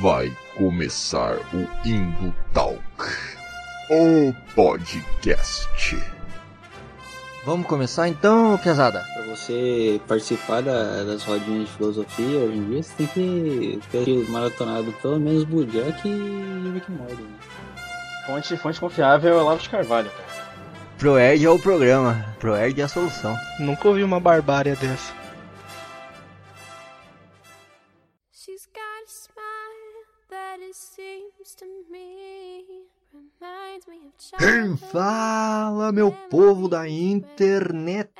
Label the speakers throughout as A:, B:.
A: Vai começar o Indo Talk, o podcast.
B: Vamos começar então, pesada?
C: Pra você participar da- das rodinhas de filosofia hoje em dia, você tem que ter maratonado pelo menos Bojack e Rick and Morty, né?
D: Fonte, fonte confiável é o Olavo de Carvalho, cara.
B: Proerd é o programa, Proerd é a solução.
E: Nunca ouvi uma barbárie dessa.
F: She's got a smile that it seems to me reminds me of
B: Fala, meu povo da internet!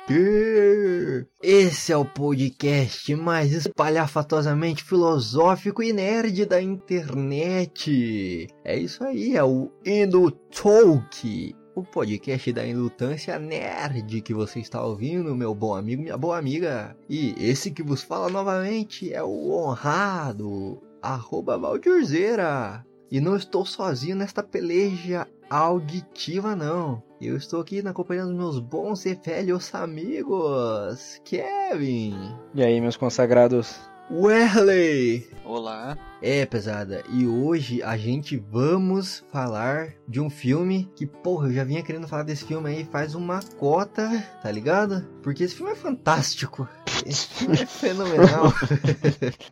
B: Esse é o podcast mais espalhafatosamente filosófico e nerd da internet. É isso aí, é o Indo Talk, o podcast da indutância nerd que você está ouvindo, meu bom amigo, minha boa amiga. E esse que vos fala novamente é o honrado, arroba Valdirzeira. E não estou sozinho nesta peleja auditiva, não. Eu estou aqui na companhia dos meus bons e velhos amigos, Kevin,
G: E aí, meus consagrados?
B: Werley.
C: Olá.
B: É, pesada, e hoje a gente vamos falar de um filme que, porra, eu já vinha querendo falar desse filme aí faz uma cota, tá ligado? Porque esse filme é fantástico. Esse filme é fenomenal.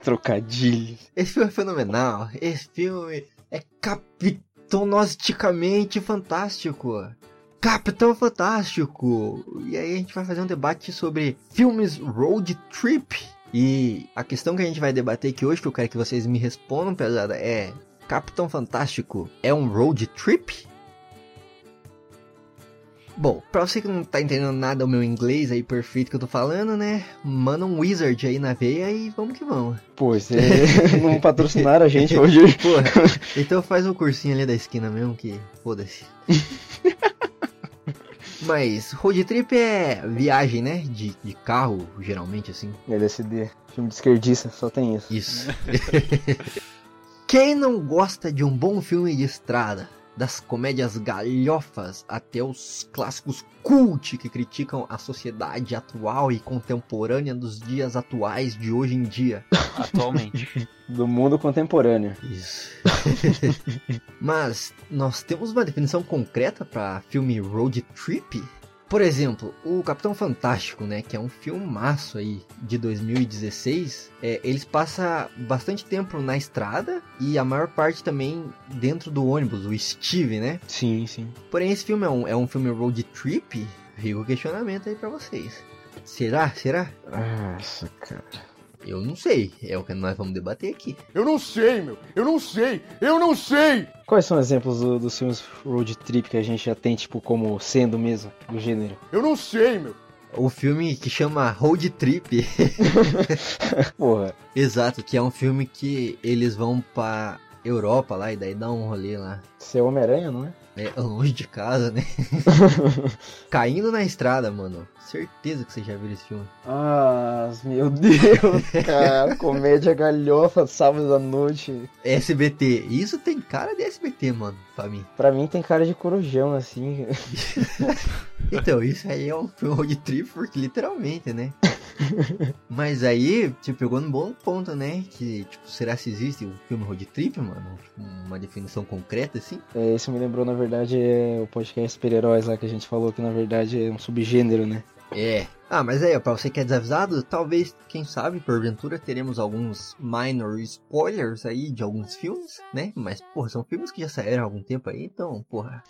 G: Trocadilho.
B: Esse filme é fenomenal. Esse filme é capitonosticamente fantástico. Capitão Fantástico! E aí a gente vai fazer um debate sobre filmes road trip. E a questão que a gente vai debater aqui hoje, que eu quero que vocês me respondam, pesada, é: Capitão Fantástico é um road trip? Bom, pra você que não tá entendendo nada do meu inglês aí perfeito que eu tô falando, né? Manda um wizard aí na veia e vamos que vamos.
G: Pô, você é, não patrocinaram a gente hoje.
B: Porra, então faz um cursinho ali da esquina mesmo que foda-se. Mas road trip é viagem, né? De, de carro, geralmente, assim.
G: É LSD. Filme de esquerdista, só tem isso.
B: Isso. Quem não gosta de um bom filme de estrada? Das comédias galhofas até os clássicos cult que criticam a sociedade atual e contemporânea dos dias atuais de hoje em dia.
C: Atualmente.
G: Do mundo contemporâneo.
B: Isso. Mas nós temos uma definição concreta para filme road trip? Por exemplo, o Capitão Fantástico, né, que é um filmaço aí de 2016, é, eles passam bastante tempo na estrada e a maior parte também dentro do ônibus, o Steve, né?
G: Sim, sim.
B: Porém, esse filme é um, é um filme road trip? Fica o questionamento aí pra vocês. Será? Será?
G: Nossa, cara.
B: Eu não sei. É o que nós vamos debater aqui.
H: Eu não sei, meu. Eu não sei. Eu não sei.
G: Quais são exemplos do- dos filmes road trip que a gente já tem, tipo, como sendo mesmo, do gênero?
H: Eu não sei, meu.
B: O filme que chama Road Trip
G: Porra.
B: Exato, que é um filme que eles vão pra Europa lá e daí dá um rolê lá.
G: Você é Homem-Aranha, não é?
B: É longe de casa, né? Caindo na estrada, mano. Certeza que você já viu esse filme.
G: Ah, meu Deus, cara. Comédia galhofa, sábado à noite.
B: SBT. Isso tem cara de SBT, mano, pra mim.
G: Pra mim tem cara de corujão, assim.
B: Então, isso aí é um filme road trip, porque literalmente, né? Mas aí, você pegou num bom ponto, né? Que, tipo, será se existe um filme road trip, mano? Tipo, uma definição concreta, assim?
G: É, isso me lembrou, na verdade, é o podcast Super-Heróis lá que a gente falou, que na verdade é um subgênero, né?
B: É. Ah, mas aí, ó, pra você que é desavisado, talvez, quem sabe, porventura, teremos alguns minor spoilers aí de alguns filmes, né? Mas, porra, são filmes que já saíram há algum tempo aí, então, porra.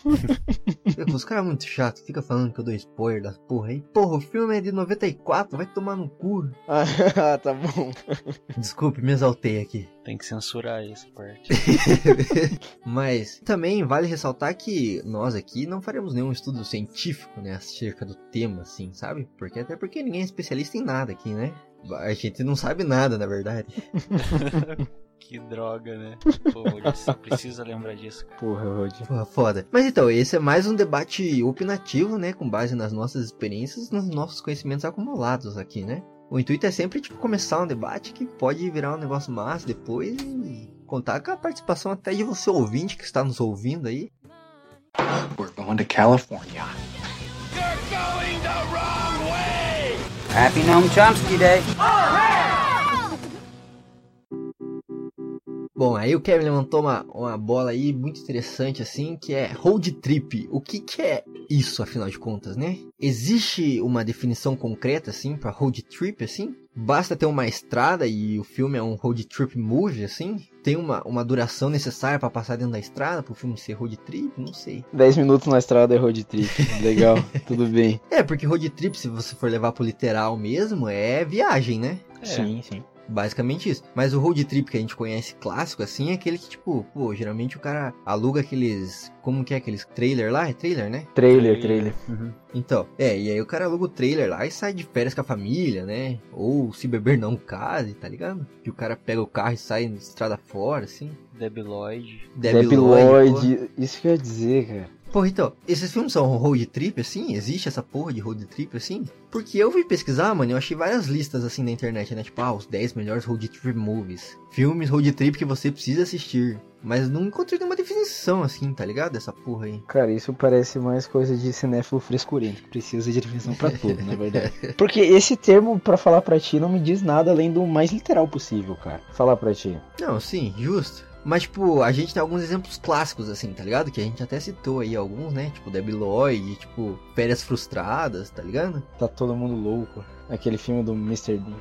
B: Os caras é muito chato, fica falando que eu dou spoiler das porra aí. Porra, o filme é de 94, vai tomar no cu.
G: Ah, tá bom.
B: Desculpe, me exaltei aqui.
C: Tem que censurar essa parte.
B: Mas também vale ressaltar que nós aqui não faremos nenhum estudo científico, né, acerca do tema, assim, sabe? Porque até porque ninguém é especialista em nada aqui, né? A gente não sabe nada, na verdade.
C: que droga, né? Pô, você precisa lembrar disso, cara.
G: Porra, Rod.
B: Porra, foda. Mas então, esse é mais um debate opinativo, né? Com base nas nossas experiências, nos nossos conhecimentos acumulados aqui, né? O intuito é sempre, tipo, começar um debate que pode virar um negócio massa depois e contar com a participação até de você ouvinte que está nos ouvindo aí.
H: We're going to California.
I: Happy Noam Chomsky Day.
B: Bom, aí o Kevin levantou uma, uma bola aí muito interessante, assim, que é road trip. O que, que é isso, afinal de contas, né? Existe uma definição concreta, assim, pra road trip, assim? Basta ter uma estrada e o filme é um road trip movie, assim? Tem uma, uma duração necessária pra passar dentro da estrada, pro filme ser road trip? Não sei.
G: 10 minutos na estrada é road trip. Legal, tudo bem.
B: É, porque road trip, se você for levar pro literal mesmo, é viagem, né?
G: É. Sim, sim.
B: Basicamente isso. Mas o road trip que a gente conhece clássico, assim, é aquele que, tipo, pô, geralmente o cara aluga aqueles. Como que é aqueles trailer lá? É trailer, né?
G: Trailer, trailer.
B: Uhum. Então, é, e aí o cara aluga o trailer lá e sai de férias com a família, né? Ou se beber não case, tá ligado? Que o cara pega o carro e sai na estrada fora, assim.
C: Debiloid.
G: Debiloid. Debiloid. Isso quer dizer, cara.
B: Porra, então, esses filmes são road trip, assim? Existe essa porra de road trip, assim? Porque eu fui pesquisar, mano, eu achei várias listas, assim, na internet, né? Tipo, ah, os 10 melhores road trip movies. Filmes road trip que você precisa assistir. Mas não encontrei nenhuma definição, assim, tá ligado? Essa porra aí.
G: Cara, isso parece mais coisa de cinéfilo frescurento, que precisa de definição pra tudo, na verdade. Porque esse termo, pra falar pra ti, não me diz nada além do mais literal possível, cara. Falar pra ti.
B: Não, sim, justo. Mas, tipo, a gente tem alguns exemplos clássicos, assim, tá ligado? Que a gente até citou aí alguns, né? Tipo, Debiloid, tipo, Férias Frustradas, tá ligado?
G: Tá todo mundo louco. Aquele filme do Mr. Bean.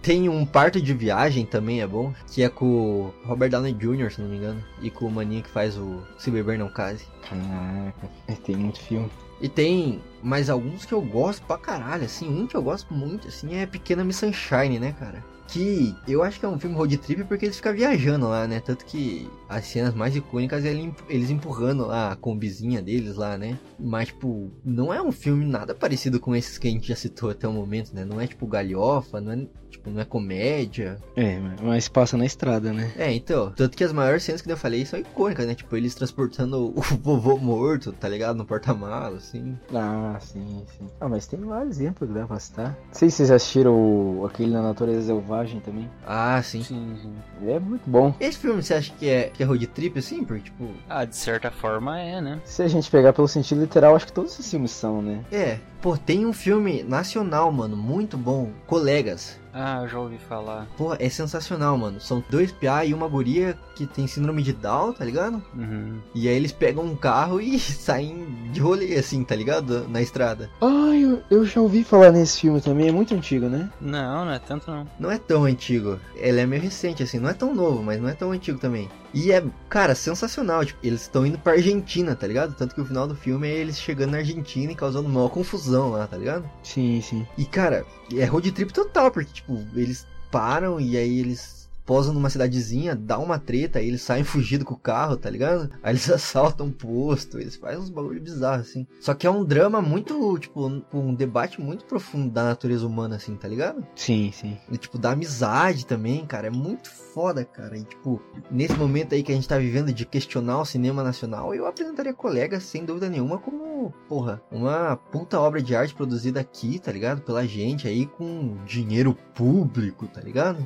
B: tem um parto de viagem também, é bom. Que é com o Robert Downey Jr., se não me engano. E com o maninho que faz o Se Beber Não Case.
G: Caraca, tem muito filme.
B: E tem mais alguns que eu gosto pra caralho, assim. Um que eu gosto muito, assim, é Pequena Miss Sunshine, né, cara? que eu acho que é um filme road trip porque eles ficam viajando lá, né? Tanto que as cenas mais icônicas é eles empurrando lá a combizinha deles lá, né? Mas, tipo, não é um filme nada parecido com esses que a gente já citou até o momento, né? Não é, tipo, galhofa, não é, tipo, não é comédia.
G: É, mas passa na estrada, né?
B: É, então. Tanto que as maiores cenas que eu falei são icônicas, né? Tipo, eles transportando o vovô morto, tá ligado? No porta-malas, assim.
G: Ah, sim, sim. Ah, mas tem vários exemplos que dá pra citar. Não sei se vocês assistiram o... aquele Na Natureza Selvagem também.
B: Ah, sim.
G: Sim, sim. É muito bom.
B: Esse filme você acha que é, que é road trip, assim? Porque, tipo.
C: Ah, de certa forma é, né?
G: Se a gente pegar pelo sentido literal, acho que todos esses filmes são, né?
B: É. Pô, tem um filme nacional, mano, muito bom. Colegas.
C: Ah, eu já ouvi falar.
B: Pô, é sensacional, mano. São dois PA e uma guria que tem síndrome de Down, tá ligado?
C: Uhum.
B: E aí eles pegam um carro e saem de rolê, assim, tá ligado? Na estrada.
G: Ah, eu, eu já ouvi falar nesse filme também. É muito antigo, né?
C: Não, não é tanto não.
B: Não é tão antigo. Ele é meio recente, assim. Não é tão novo, mas não é tão antigo também. E é, cara, sensacional. Tipo, eles estão indo pra Argentina, tá ligado? Tanto que o final do filme é eles chegando na Argentina e causando maior confusão lá, tá ligado?
G: Sim, sim.
B: E, cara, é road trip total, porque, tipo, eles param e aí eles posam numa cidadezinha, dá uma treta, aí eles saem fugido com o carro, tá ligado? Aí eles assaltam um posto, eles fazem uns bagulho bizarro, assim. Só que é um drama muito, tipo, um debate muito profundo da natureza humana, assim, tá ligado?
G: Sim, sim.
B: E, tipo, da amizade também, cara, é muito foda, cara. E, tipo, nesse momento aí que a gente tá vivendo de questionar o cinema nacional, eu apresentaria colegas, sem dúvida nenhuma, como, porra, uma puta obra de arte produzida aqui, tá ligado? Pela gente aí, com dinheiro público, tá ligado?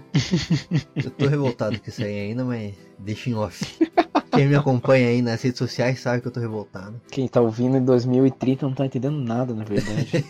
B: Eu tô revoltado com isso aí ainda, mas deixa em off. Quem me acompanha aí nas redes sociais sabe que eu tô revoltado.
G: Quem tá ouvindo em 2030 não tá entendendo nada, na verdade.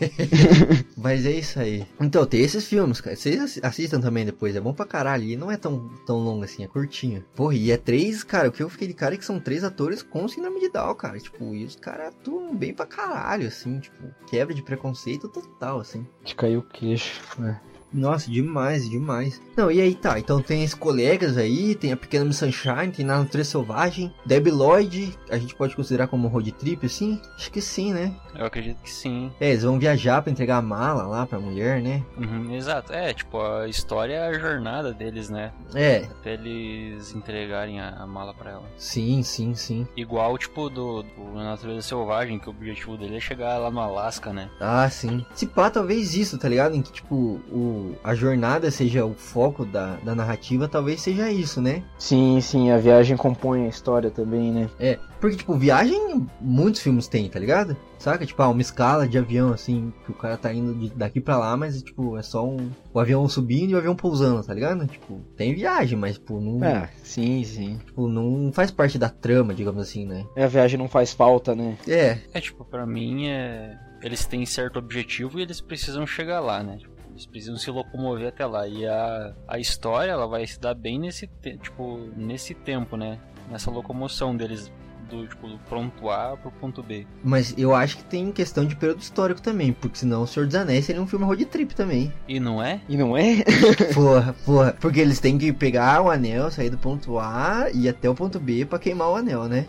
B: mas é isso aí. Então, tem esses filmes, cara. Vocês assistam também depois, é bom pra caralho. E não é tão, tão longo assim, é curtinho. Porra, e é três, cara, o que eu fiquei de cara é que são três atores com síndrome de Down, cara. Tipo, e os caras atuam bem pra caralho, assim, tipo, quebra de preconceito total, assim.
G: Te caiu o queixo, né?
B: Nossa, demais, demais. Não, e aí tá, então tem esses colegas aí, tem a Pequena Miss Sunshine, tem Na Natureza Selvagem, Debbie Lloyd, a gente pode considerar como um road trip, assim? Acho que sim, né?
C: Eu acredito que sim.
B: É, eles vão viajar para entregar a mala lá pra mulher, né?
C: Uhum, exato, é, tipo, a história é a jornada deles, né?
B: É.
C: Até eles entregarem a, a mala pra ela.
B: Sim, sim, sim.
C: Igual, tipo, do, do Natureza Selvagem, que o objetivo dele é chegar lá no Alasca, né?
B: Ah, sim. Se pá, talvez isso, tá ligado? Em que, tipo, o a jornada seja o foco da, da narrativa, talvez seja isso, né?
G: Sim, sim, a viagem compõe a história também, né?
B: É, porque, tipo, viagem muitos filmes têm, tá ligado? Saca? Tipo, ah, uma escala de avião, assim, que o cara tá indo de, daqui pra lá, mas, tipo, é só um, o avião subindo e o avião pousando, tá ligado? Tipo, tem viagem, mas, tipo, não.
G: É, sim, sim.
B: Tipo, não faz parte da trama, digamos assim, né?
G: É, a viagem não faz falta, né?
B: É.
C: É, tipo, pra mim é. Eles têm certo objetivo e eles precisam chegar lá, né?
J: Eles precisam se locomover até lá. E a, a história, ela vai se dar bem nesse, te, tipo, nesse tempo, né? Nessa locomoção deles do, tipo, do ponto A pro ponto B.
B: Mas eu acho que tem questão de período histórico também, porque senão o Senhor dos Anéis seria um filme road trip também.
J: E não é?
G: E não é?
B: porra, porra. Porque eles têm que pegar o anel, sair do ponto A e ir até o ponto B pra queimar o anel, né?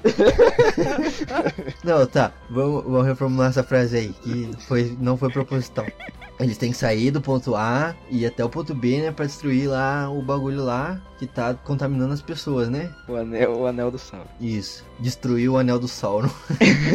B: não, tá. Vamos, vamos reformular essa frase aí, que foi, não foi proposital. Eles têm que sair do ponto A e ir até o ponto B, né? Pra destruir lá o bagulho lá que tá contaminando as pessoas, né?
G: O anel, o anel do Sauron.
B: Isso. Destruir o anel do Sauron.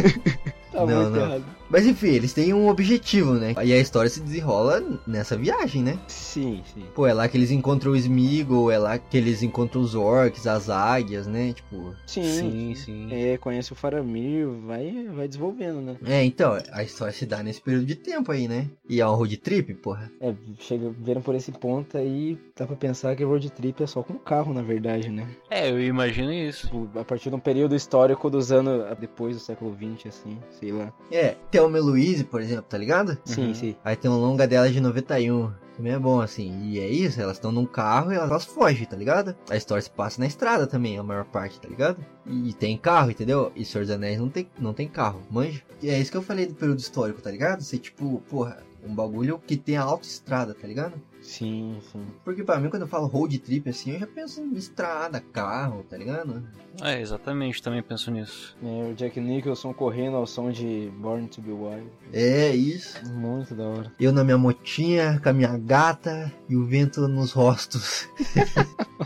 G: tá não, muito não. errado.
B: Mas enfim, eles têm um objetivo, né? E a história se desenrola nessa viagem, né?
G: Sim, sim.
B: Pô, é lá que eles encontram o Smeagol, é lá que eles encontram os orcs, as águias, né? Tipo.
G: Sim, sim. sim. É, conhece o Faramir, vai, vai desenvolvendo, né?
B: É, então, a história se dá nesse período de tempo aí, né? E é um road trip, porra.
G: É, chega, vendo por esse ponto aí, dá pra pensar que road trip é só com carro, na verdade, né?
J: É, eu imagino isso.
G: Tipo, a partir de um período histórico dos anos depois do século XX, assim, sei lá.
B: É, Thelma Louise, por exemplo, tá ligado?
G: Sim, uhum. sim.
B: Aí tem um longa dela de 91. Também é bom, assim. E é isso, elas estão num carro e elas fogem, tá ligado? A história se passa na estrada também, a maior parte, tá ligado? E tem carro, entendeu? E Senhor dos Anéis não tem, não tem carro, manja? E é isso que eu falei do período histórico, tá ligado? Você, tipo, porra, um bagulho que tem a autoestrada, tá ligado?
G: Sim, sim.
B: Porque pra mim, quando eu falo road trip assim, eu já penso em estrada, carro, tá ligado?
J: É, exatamente, também penso nisso.
G: É, o Jack Nicholson correndo ao som de Born to Be Wild.
B: É, isso.
G: Muito da hora.
B: Eu na minha motinha, com a minha gata e o vento nos rostos.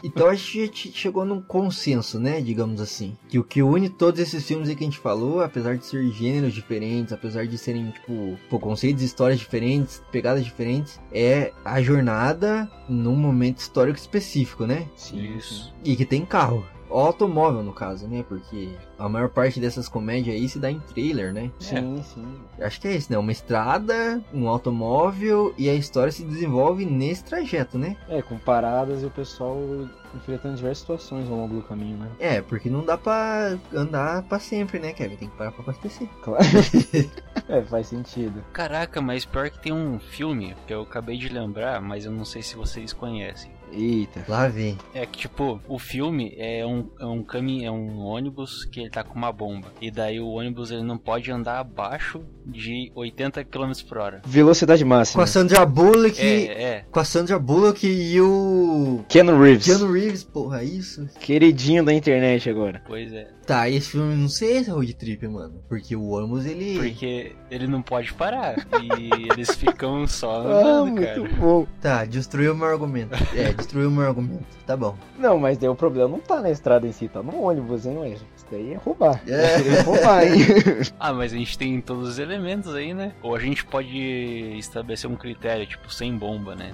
B: então a gente chegou num consenso, né, digamos assim. Que o que une todos esses filmes aí que a gente falou, apesar de ser gêneros diferentes, apesar de serem, tipo, pô, conceitos e histórias diferentes, pegadas diferentes, é a jornada jornada num momento histórico específico, né?
G: Sim. Isso.
B: E que tem carro. Automóvel, no caso, né? Porque a maior parte dessas comédias aí se dá em trailer, né?
G: Sim, é. sim.
B: Acho que é isso, né? Uma estrada, um automóvel e a história se desenvolve nesse trajeto, né?
G: É, com paradas e o pessoal enfrentando diversas situações ao longo do caminho, né?
B: É, porque não dá pra andar pra sempre, né, Kevin? Tem que parar pra abastecer.
G: Claro. é, faz sentido.
J: Caraca, mas pior que tem um filme que eu acabei de lembrar, mas eu não sei se vocês conhecem.
B: Eita. Lá vem.
J: É que, tipo, o filme é um, é um caminho, é um ônibus que ele tá com uma bomba. E daí o ônibus ele não pode andar abaixo de 80 km por hora.
G: Velocidade máxima.
B: Com a Sandra Bullock.
J: É, é.
B: Com a Sandra Bullock e o.
G: Keanu Reeves.
B: Keanu Reeves, porra, é isso.
G: Queridinho da internet agora.
J: Pois é.
B: Tá, esse filme não sei se é road trip, mano. Porque o ônibus ele.
J: Porque ele não pode parar. e eles ficam só andando, ah, cara.
G: Muito bom.
B: Tá, destruiu meu argumento. É, destruiu meu argumento. Tá bom.
G: Não, mas daí o problema não tá na estrada em si, tá no ônibus, hein, Wesley? Isso daí é roubar. É, é roubar, hein?
J: ah, mas a gente tem todos os elementos aí, né? Ou a gente pode estabelecer um critério, tipo, sem bomba, né?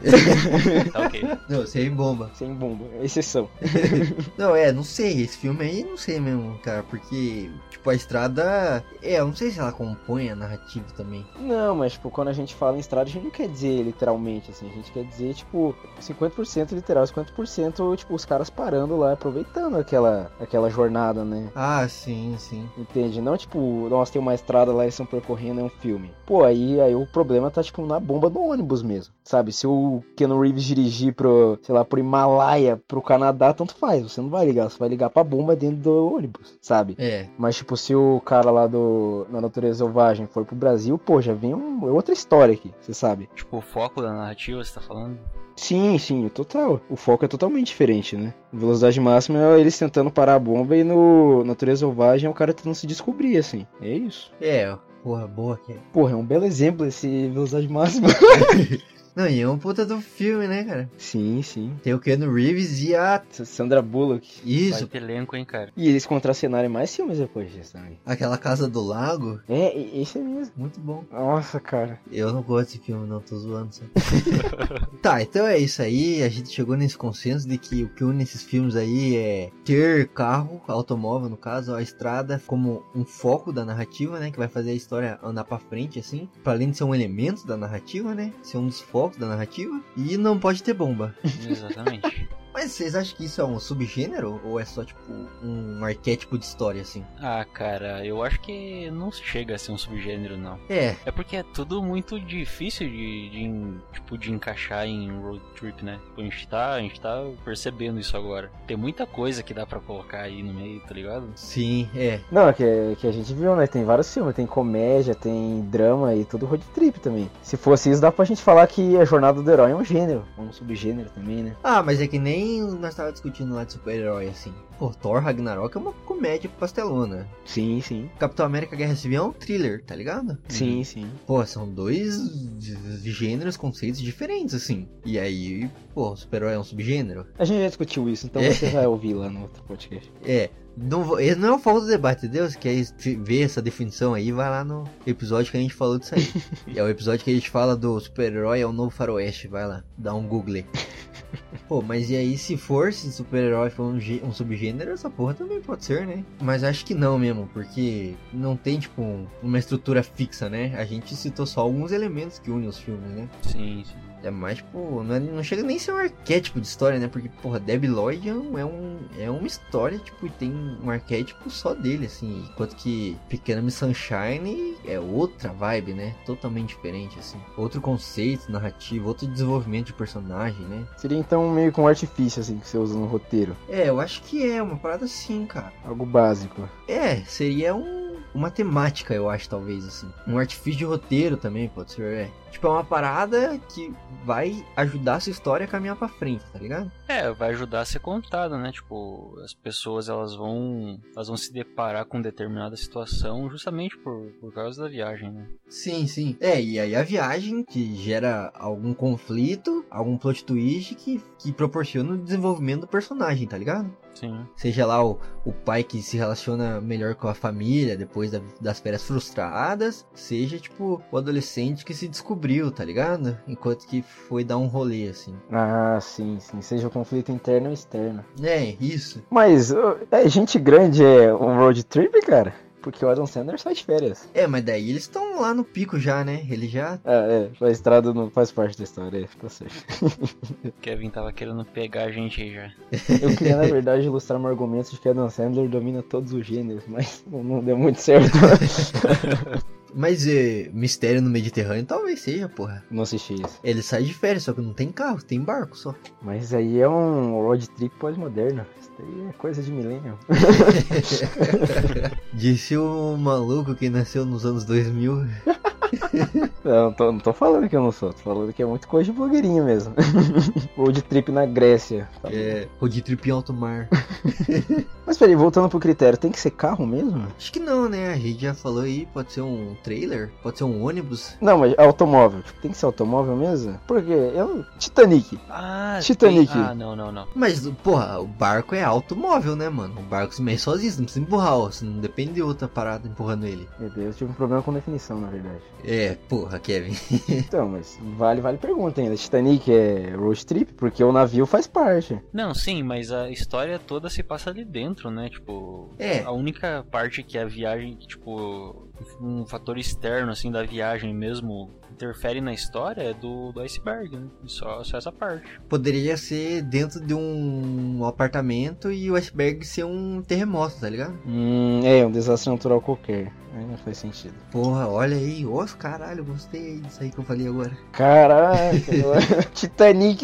J: tá ok.
B: Não, sem bomba.
G: Sem bomba, exceção.
B: não, é, não sei. Esse filme aí, não sei mesmo, cara. Porque, tipo, a estrada. É, eu não sei se ela compõe a narrativa também.
G: Não, mas, tipo, quando a gente fala em estrada, a gente não quer dizer literalmente, assim. A gente quer dizer, tipo, 50% literal, 50%, tipo, os caras parando lá, aproveitando aquela, aquela jornada, né?
B: Ah, sim, sim.
G: Entende? Não tipo, nós tem uma estrada lá e estão percorrendo é um filme. Pô, aí, aí o problema tá tipo na bomba do ônibus mesmo. Sabe? Se o Keanu Reeves dirigir pro, sei lá, pro Himalaia, pro Canadá, tanto faz. Você não vai ligar, você vai ligar pra bomba dentro do ônibus, sabe?
B: É.
G: Mas tipo, se o cara lá do na natureza selvagem for pro Brasil, pô, já vem um, outra história aqui, você sabe?
J: Tipo, o foco da narrativa, você tá falando?
G: Sim, sim, o total. O foco é totalmente diferente, né? Velocidade máxima é eles tentando parar a bomba e no Natureza Selvagem é o cara tentando se descobrir, assim. É isso.
B: É, porra, boa, cara.
G: Porra, é um belo exemplo esse Velocidade Máxima.
B: Não, e é um puta do filme, né, cara?
G: Sim, sim.
B: Tem o Keanu Reeves e a...
G: Sandra Bullock.
B: Isso.
J: Vai elenco, hein, cara?
G: E eles contracenarem mais filmes depois disso também.
B: Aquela Casa do Lago?
G: É, esse é mesmo.
B: Muito bom.
G: Nossa, cara.
B: Eu não gosto desse filme, não. Tô zoando só. tá, então é isso aí. A gente chegou nesse consenso de que o que une esses filmes aí é ter carro, automóvel, no caso, a estrada como um foco da narrativa, né? Que vai fazer a história andar pra frente, assim. Pra além de ser um elemento da narrativa, né? Ser um dos focos da narrativa e não pode ter bomba.
J: Exatamente.
B: Mas vocês acham que isso é um subgênero ou é só tipo um arquétipo de história assim?
J: Ah, cara, eu acho que não chega a ser um subgênero não.
B: É.
J: É porque é tudo muito difícil de, de tipo de encaixar em road trip, né? Tipo, a gente tá, a gente tá percebendo isso agora. Tem muita coisa que dá para colocar aí no meio, tá ligado?
B: Sim, é.
G: Não, é que, que a gente viu, né? Tem vários filmes, tem comédia, tem drama e tudo road trip também. Se fosse isso, dá pra gente falar que a jornada do herói é um gênero, um subgênero também, né?
B: Ah, mas é que nem nós tava discutindo lá de super-herói, assim. Pô, Thor Ragnarok é uma comédia pastelona.
G: Sim, sim.
B: Capitão América Guerra Civil é um thriller, tá ligado?
G: Sim, uhum. sim.
B: Pô, são dois gêneros, conceitos diferentes, assim. E aí, pô, super-herói é um subgênero.
G: A gente já discutiu isso, então é. você vai ouvir lá no outro podcast.
B: É, não, vou, não é um falso debate, entendeu? Se quer é ver essa definição aí, vai lá no episódio que a gente falou disso aí. é o episódio que a gente fala do super-herói é o novo faroeste, vai lá, dá um google. Pô, mas e aí se for, se super-herói for um, um, subgênero, essa porra também pode ser, né? Mas acho que não mesmo, porque não tem, tipo, um, uma estrutura fixa, né? A gente citou só alguns elementos que unem os filmes, né?
J: Sim, sim.
B: É mais, tipo, não, é, não, chega nem a ser um arquétipo de história, né? Porque, porra, Debbie Lloyd é, um, é uma história, tipo, e tem um arquétipo só dele, assim. Enquanto que Pequena Miss Sunshine é outra vibe, né? Totalmente diferente, assim. Outro conceito narrativo, outro desenvolvimento de personagem, né?
G: Seria então meio com um artifício, assim, que você usa no roteiro.
B: É, eu acho que é uma parada assim, cara.
G: Algo básico.
B: É, seria um uma temática, eu acho, talvez, assim. Um artifício de roteiro também, pode ser, é. Tipo, é uma parada que vai ajudar a sua história a caminhar pra frente, tá ligado?
J: É, vai ajudar a ser contada, né? Tipo, as pessoas, elas vão... Elas vão se deparar com determinada situação justamente por, por causa da viagem, né?
B: Sim, sim. É, e aí a viagem que gera algum conflito, algum plot twist que, que proporciona o desenvolvimento do personagem, tá ligado?
J: Sim.
B: Seja lá o, o pai que se relaciona melhor com a família depois da, das férias frustradas, seja tipo o adolescente que se descobriu, tá ligado? Enquanto que foi dar um rolê, assim.
G: Ah, sim, sim. Seja o conflito interno ou externo.
B: É, isso.
G: Mas é, gente grande é um road trip, cara? Porque o Adam Sanders faz férias.
B: É, mas daí eles estão lá no pico já, né? Ele já.
G: É, é. A estrada não faz parte da história, tá certo.
J: Kevin tava querendo pegar a gente aí já.
G: Eu queria, na verdade, ilustrar meu argumento de que Adam Sandler domina todos os gêneros, mas não deu muito certo.
B: Mas eh, Mistério no Mediterrâneo talvez seja, porra.
G: Não assisti isso.
B: Ele sai de férias, só que não tem carro, tem barco só.
G: Mas aí é um road trip pós-moderno. Isso daí é coisa de milênio.
B: Disse o um maluco que nasceu nos anos 2000.
G: Não, tô, não tô falando que eu não sou, tô falando que é muito coisa de blogueirinho mesmo. road trip na Grécia.
B: Tá é, road trip em alto mar.
G: Mas peraí, voltando pro critério, tem que ser carro mesmo?
B: Acho que não, né? A gente já falou aí, pode ser um trailer, pode ser um ônibus.
G: Não, mas é automóvel. Tem que ser automóvel mesmo? Por quê? Eu... Titanic.
J: Ah,
G: Titanic.
J: Tem... Ah, não, não, não.
B: Mas, porra, o barco é automóvel, né, mano? O barco se mexe sozinho, não precisa empurrar, ó. Você não depende de outra parada empurrando ele.
G: Meu Deus, eu tive um problema com definição, na verdade.
B: É, porra, Kevin.
G: então, mas vale, vale pergunta ainda. Titanic é road trip? Porque o navio faz parte.
J: Não, sim, mas a história toda se passa ali dentro, né? Tipo,
B: é.
J: a única parte que a viagem, tipo, um fator externo assim da viagem mesmo interfere na história é do, do iceberg, né? Só, só essa parte.
B: Poderia ser dentro de um apartamento e o iceberg ser um terremoto, tá ligado?
G: Hum, é, um desastre natural qualquer. Aí não faz sentido.
B: Porra, olha aí. Ô, caralho, gostei disso aí que eu falei agora.
G: Caraca, Titanic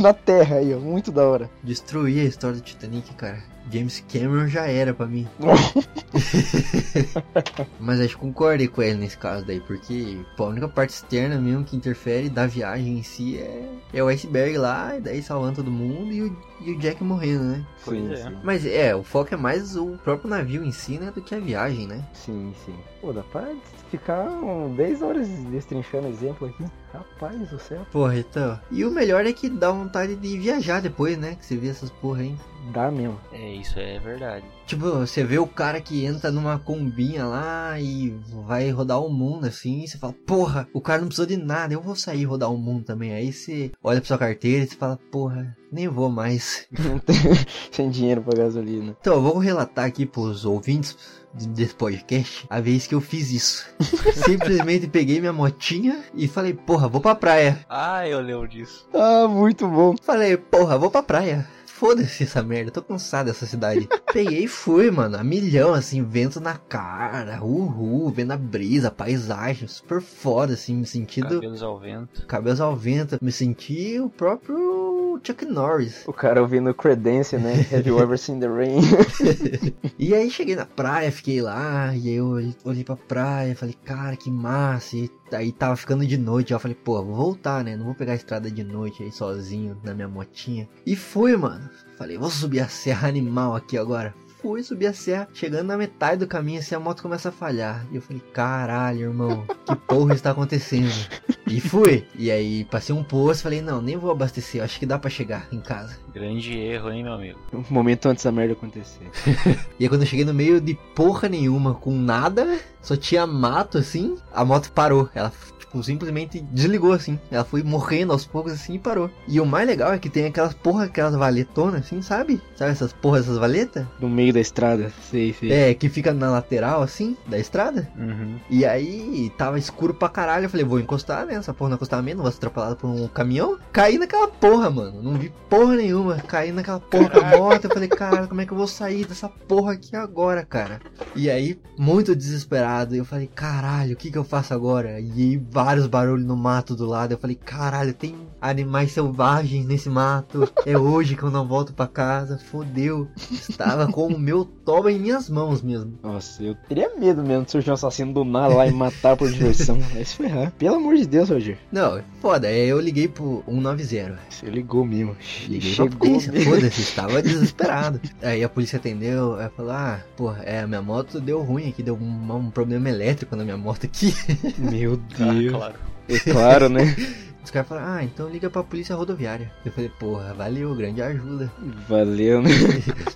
G: na Terra aí, ó. Muito da hora.
B: Destruir a história do Titanic, cara. James Cameron já era para mim. Mas acho que concordei com ele nesse caso daí, porque pô, a única parte externa mesmo que interfere da viagem em si é, é o iceberg lá, e daí salvando todo mundo e o, e o Jack morrendo, né?
J: Sim, sim.
B: Mas é, o foco é mais o próprio navio em si, né, do que a viagem, né?
G: Sim, sim. Pô, dá pra ficar um 10 horas destrinchando exemplo aqui. Rapaz do céu.
B: Porra, então. E o melhor é que dá vontade de viajar depois, né? Que você vê essas porra aí.
G: Dá mesmo.
J: É, isso é verdade.
B: Tipo, você vê o cara que entra numa combinha lá e vai rodar o mundo assim, e você fala, porra, o cara não precisou de nada, eu vou sair rodar o mundo também. Aí você olha pra sua carteira e você fala, porra, nem vou mais.
G: Sem dinheiro pra gasolina.
B: Então, vamos relatar aqui pros ouvintes desse podcast a vez que eu fiz isso. Simplesmente peguei minha motinha e falei, porra, vou pra praia.
J: Ah, eu lembro disso.
G: Ah, muito bom.
B: Falei, porra, vou pra praia foda-se essa merda, tô cansado dessa cidade. Peguei e fui, mano, a milhão, assim, vento na cara, uhul, vendo a brisa, paisagem, super foda, assim, me sentindo...
J: Cabelos ao vento.
B: Cabelos ao vento, me senti o próprio Chuck Norris.
G: O cara ouvindo Credence, né? Have you ever seen the rain?
B: e aí cheguei na praia, fiquei lá, e aí eu olhei pra praia, falei, cara, que massa, e aí tava ficando de noite, eu falei, pô, vou voltar, né? Não vou pegar a estrada de noite aí sozinho na minha motinha. E fui, mano. Falei, vou subir a serra animal aqui agora. Fui subir a serra, chegando na metade do caminho, assim a moto começa a falhar. E eu falei, caralho, irmão, que porra está acontecendo? E fui. E aí passei um posto, falei, não, nem vou abastecer, acho que dá para chegar em casa.
J: Grande erro, hein, meu amigo.
G: Um momento antes da merda acontecer.
B: e aí quando eu cheguei no meio de porra nenhuma, com nada, só tinha mato assim, a moto parou. Ela tipo, simplesmente desligou assim. Ela foi morrendo aos poucos assim e parou. E o mais legal é que tem aquelas porra, aquelas valetonas assim, sabe? Sabe essas porra, essas valetas?
G: No meio da estrada, sei, sei.
B: É, que fica na lateral assim, da estrada.
J: Uhum.
B: E aí tava escuro pra caralho. Eu falei, vou encostar nessa porra no acostamento, não vou ser atropelado por um caminhão. Caí naquela porra, mano. Não vi porra nenhuma. Caí naquela porra com a moto. Eu falei, cara, como é que eu vou sair dessa porra aqui agora, cara? E aí, muito desesperado, eu falei, caralho, o que que eu faço agora? E aí, vários barulhos no mato do lado. Eu falei, caralho, tem animais selvagens nesse mato. É hoje que eu não volto para casa. Fodeu. Estava com o meu toba em minhas mãos mesmo.
G: Nossa, eu teria medo mesmo de surgir um assassino do nada lá e matar por diversão. Vai se ferrar. Pelo amor de Deus, Roger.
B: Não, foda. é, Eu liguei pro 190.
G: Você ligou mesmo.
B: Liguei Chegou pra polícia. Foda-se, estava desesperado. Aí a polícia atendeu. Ela falou, ah, porra, é, minha moto deu ruim aqui. Deu um, um problema elétrico na minha moto aqui.
G: Meu
J: Ah,
G: Deus. Ah, Claro. É claro, né?
B: Os caras falaram, ah, então liga pra polícia rodoviária. Eu falei, porra, valeu, grande ajuda.
G: Valeu, né?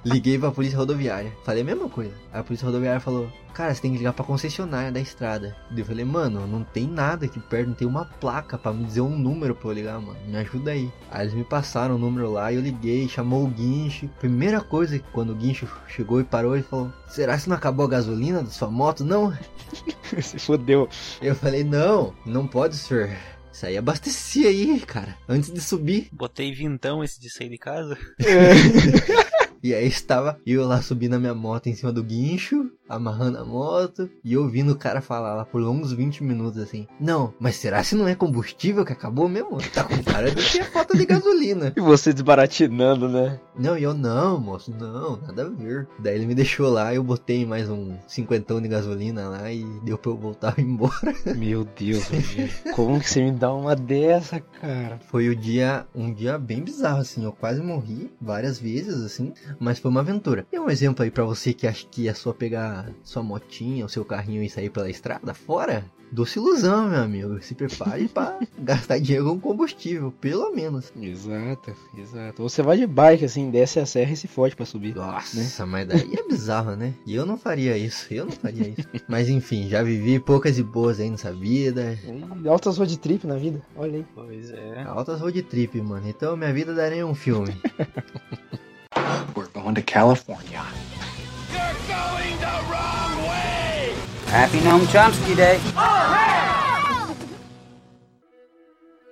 B: Liguei pra polícia rodoviária. Falei a mesma coisa. Aí a polícia rodoviária falou, cara, você tem que ligar pra concessionária da estrada. Eu falei, mano, não tem nada aqui perto, não tem uma placa pra me dizer um número pra eu ligar, mano. Me ajuda aí. Aí eles me passaram o número lá e eu liguei, chamou o guincho. Primeira coisa que quando o guincho chegou e parou, ele falou, será que não acabou a gasolina da sua moto, não?
G: né? Se fodeu.
B: Eu falei, não, não pode, senhor. Isso aí abastecia aí, cara, antes de subir.
J: Botei vintão esse de sair de casa.
B: e aí estava eu lá subindo a minha moto em cima do guincho, amarrando a moto e ouvindo o cara falar lá por longos 20 minutos assim: Não, mas será se não é combustível que acabou mesmo? Tá com cara de que é falta de gasolina.
G: e você desbaratinando, né?
B: Não, e eu não, moço, não, nada a ver. Daí ele me deixou lá, eu botei mais um cinquentão de gasolina lá e deu pra eu voltar embora.
G: Meu Deus, como que você me dá uma dessa, cara?
B: Foi o dia, um dia bem bizarro, assim. Eu quase morri várias vezes, assim, mas foi uma aventura. E um exemplo aí para você que acha que é só pegar sua motinha, o seu carrinho e sair pela estrada fora, doce ilusão, meu amigo. Se prepare para gastar dinheiro com combustível, pelo menos.
G: Exato, exato. Ou você vai de bike, assim, desce a serra e se fode para subir.
B: Nossa, né? mas daí é bizarro, né? E eu não faria isso, eu não faria isso. mas enfim, já vivi poucas e boas aí nessa vida.
G: E altas road trip na vida, olha aí.
J: Pois é.
B: Altas road trip, mano. Então minha vida daria um filme.
H: We're going to California.
I: Happy Noam Chomsky Day.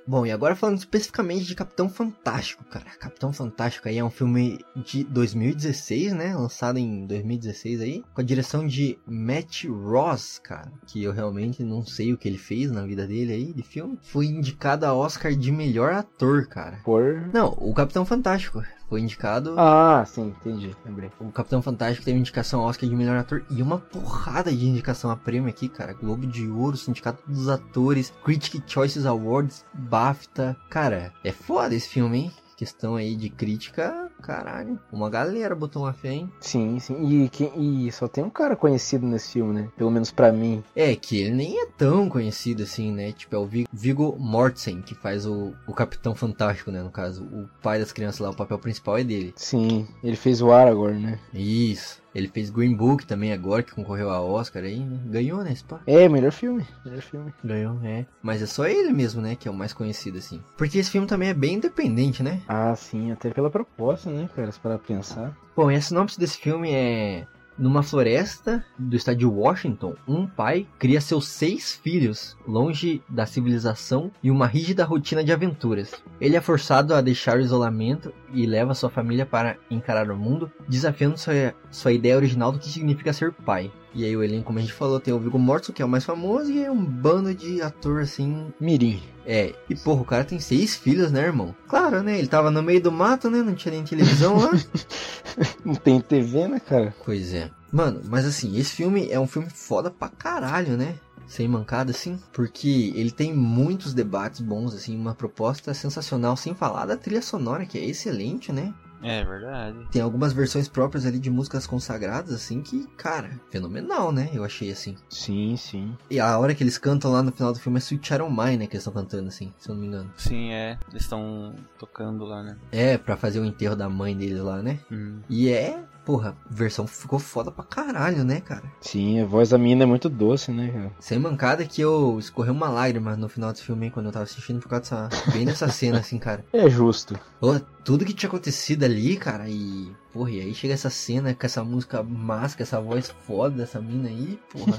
B: Bom, e agora falando especificamente de Capitão Fantástico, cara. Capitão Fantástico aí é um filme de 2016, né? Lançado em 2016 aí, com a direção de Matt Ross, cara, que eu realmente não sei o que ele fez na vida dele aí de filme. Foi indicado a Oscar de melhor ator, cara.
G: Por
B: Não, o Capitão Fantástico foi indicado.
G: Ah, sim, entendi, lembrei.
B: O Capitão Fantástico teve indicação ao Oscar de melhor ator e uma porrada de indicação a prêmio aqui, cara. Globo de Ouro, Sindicato dos Atores, Critic Choices Awards, BAFTA. Cara, é foda esse filme, hein? Questão aí de crítica, caralho. Uma galera botou uma fé, hein?
G: Sim, sim. E, quem, e só tem um cara conhecido nesse filme, né? Pelo menos pra mim.
B: É, que ele nem é tão conhecido assim, né? Tipo, é o Vigo Mortensen, que faz o, o Capitão Fantástico, né? No caso, o pai das crianças lá, o papel principal é dele.
G: Sim, ele fez o Aragorn, né?
B: Isso. Ele fez Green Book também agora, que concorreu a Oscar aí, né? Ganhou, né, Spa?
G: É, melhor filme, melhor filme.
B: Ganhou, é. Mas é só ele mesmo, né, que é o mais conhecido, assim. Porque esse filme também é bem independente, né?
G: Ah, sim, até pela proposta, né, cara, se para pensar.
B: Bom, e a sinopse desse filme é... Numa floresta do estado de Washington, um pai cria seus seis filhos longe da civilização e uma rígida rotina de aventuras. Ele é forçado a deixar o isolamento e leva sua família para encarar o mundo, desafiando sua, sua ideia original do que significa ser pai. E aí o elenco, como a gente falou, tem o Viggo Mortensen, que é o mais famoso, e é um bando de ator, assim...
G: Mirim.
B: É, e porra, o cara tem seis filhos, né, irmão? Claro, né, ele tava no meio do mato, né, não tinha nem televisão lá.
G: Não tem TV, né, cara?
B: pois é. Mano, mas assim, esse filme é um filme foda pra caralho, né? Sem mancada, assim, porque ele tem muitos debates bons, assim, uma proposta sensacional, sem falar da trilha sonora, que é excelente, né?
J: É verdade.
B: Tem algumas versões próprias ali de músicas consagradas, assim, que, cara, fenomenal, né? Eu achei assim.
G: Sim, sim.
B: E a hora que eles cantam lá no final do filme é Sweet Sharon Mine, né? Que eles estão cantando, assim, se eu não me engano.
J: Sim, é. Eles estão tocando lá, né?
B: É, pra fazer o enterro da mãe deles lá, né?
J: Hum.
B: E é, porra, versão ficou foda pra caralho, né, cara?
G: Sim, a voz da menina é muito doce, né, cara?
B: Sem mancada que eu escorreu uma lágrima no final desse filme, hein, quando eu tava assistindo, por causa dessa. bem dessa cena, assim, cara.
G: É justo.
B: Pô, tudo que tinha acontecido ali, cara, e. Porra, e aí chega essa cena com essa música máscara, essa voz foda dessa mina aí, porra.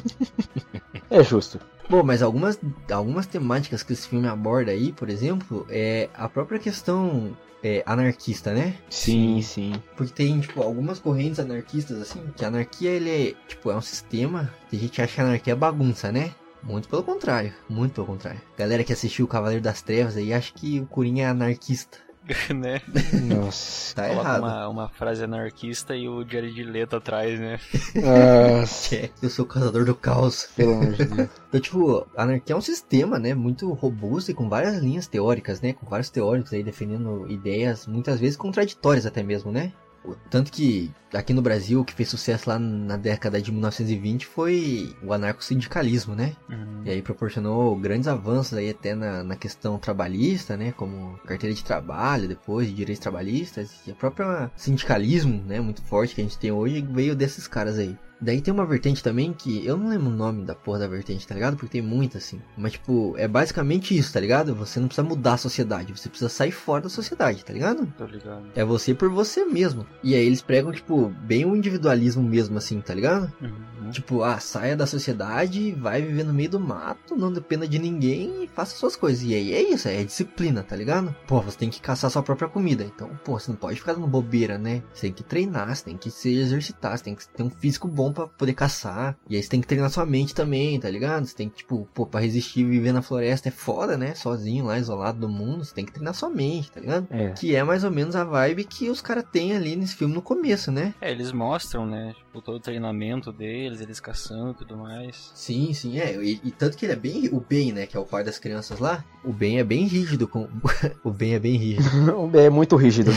G: É justo.
B: Bom, mas algumas, algumas temáticas que esse filme aborda aí, por exemplo, é a própria questão é, anarquista, né?
G: Sim, sim.
B: Porque tem, tipo, algumas correntes anarquistas, assim, que a anarquia, ele é, tipo, é um sistema, tem gente que acha que a anarquia é bagunça, né? Muito pelo contrário, muito pelo contrário. Galera que assistiu o Cavaleiro das Trevas aí acha que o Corinha é anarquista.
J: né?
G: Nossa.
B: Tá
J: Coloca
B: errado.
J: uma, uma frase anarquista e o Jared Leto atrás, né?
G: Nossa.
B: É, eu sou o causador do caos.
G: Pelo amor de Deus.
B: Então, tipo, a anarquia é um sistema, né, muito robusto e com várias linhas teóricas, né, com vários teóricos aí defendendo ideias, muitas vezes contraditórias até mesmo, né? O- Tanto que aqui no Brasil, o que fez sucesso lá na década de 1920 foi o anarcossindicalismo, né?
J: Hum,
B: E aí proporcionou grandes avanços aí até na, na questão trabalhista, né? Como carteira de trabalho, depois de direitos trabalhistas, e o próprio sindicalismo, né? Muito forte que a gente tem hoje veio desses caras aí. Daí tem uma vertente também que eu não lembro o nome da porra da vertente, tá ligado? Porque tem muita assim. Mas, tipo, é basicamente isso, tá ligado? Você não precisa mudar a sociedade, você precisa sair fora da sociedade, tá ligado?
J: Tô ligado.
B: É você por você mesmo. E aí eles pregam, tipo, bem o individualismo mesmo, assim, tá ligado?
J: Uhum.
B: Tipo, ah, saia da sociedade, vai viver no meio do mato, não dependa de ninguém e faça suas coisas. E aí é isso, é disciplina, tá ligado? Pô, você tem que caçar sua própria comida. Então, pô, você não pode ficar dando bobeira, né? Você tem que treinar, você tem que se exercitar, você tem que ter um físico bom pra poder caçar. E aí você tem que treinar sua mente também, tá ligado? Você tem que, tipo, pô, pra resistir viver na floresta é foda, né? Sozinho lá, isolado do mundo, você tem que treinar sua mente, tá ligado?
G: É.
B: Que é mais ou menos a vibe que os caras têm ali nesse filme no começo, né?
J: É, eles mostram, né? Tipo, todo o treinamento deles, eles caçando e tudo mais.
B: Sim, sim, é. E, e tanto que ele é bem. O Ben, né? Que é o pai das crianças lá. O Ben é bem rígido com. o Ben é bem rígido.
G: É muito rígido.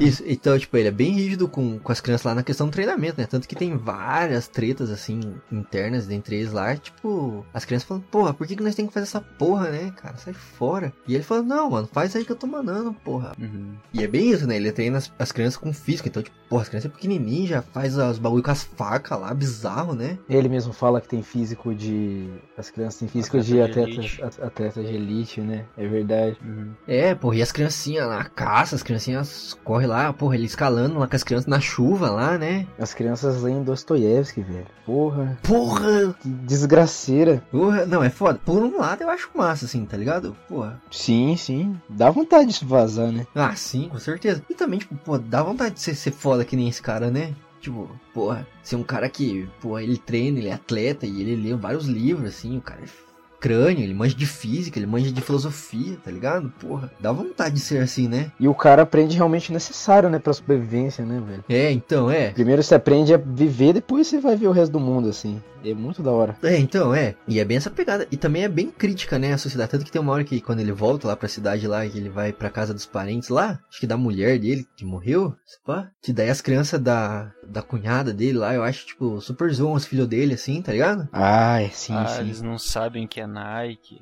B: Isso, então, tipo, ele é bem rígido com, com as crianças lá na questão do treinamento, né? Tanto que tem várias tretas, assim, internas dentre eles lá. Tipo, as crianças falando, porra, por que, que nós temos que fazer essa porra, né? Cara, sai fora. E ele falou, não, mano, faz aí que eu tô mandando, porra.
J: Uhum.
B: E é bem isso, né? Ele treina as, as crianças com físico. Então, tipo, porra, as crianças é pequenininha, já faz os bagulho com as facas lá, bizarro, né?
G: Ele mesmo fala que tem físico de. As crianças têm físico de
J: Atleta de
G: atletas, at- atletas de elite, né? É verdade.
J: Uhum.
B: É, porra, e as criancinhas lá, caça, as criancinhas correm lá, porra, ele escalando lá com as crianças na chuva lá, né?
G: As crianças leem Dostoiévski, velho. Porra,
B: Porra!
G: que desgraceira.
B: Porra, não, é foda. Por um lado eu acho massa, assim, tá ligado? Porra.
G: Sim, sim. Dá vontade de vazar, né?
B: Ah, sim, com certeza. E também, tipo, pô, dá vontade de ser, ser foda que nem esse cara, né? Tipo, porra, ser um cara que, porra, ele treina, ele é atleta e ele lê vários livros, assim, o cara é crânio, ele manja de física, ele manja de filosofia, tá ligado? Porra, dá vontade de ser assim, né?
G: E o cara aprende realmente o necessário, né? Pra sobrevivência, né, velho?
B: É, então, é.
G: Primeiro você aprende a viver, depois você vai ver o resto do mundo, assim. É muito da hora.
B: É, então, é. E é bem essa pegada. E também é bem crítica, né, a sociedade. Tanto que tem uma hora que quando ele volta lá pra cidade lá, que ele vai pra casa dos parentes lá, acho que da mulher dele, que morreu, se pá. Que daí as crianças da, da cunhada dele lá, eu acho, tipo, super zoam os filhos dele, assim, tá ligado?
G: Ah, é, sim,
J: ah,
G: sim.
J: eles não sabem que é Nike,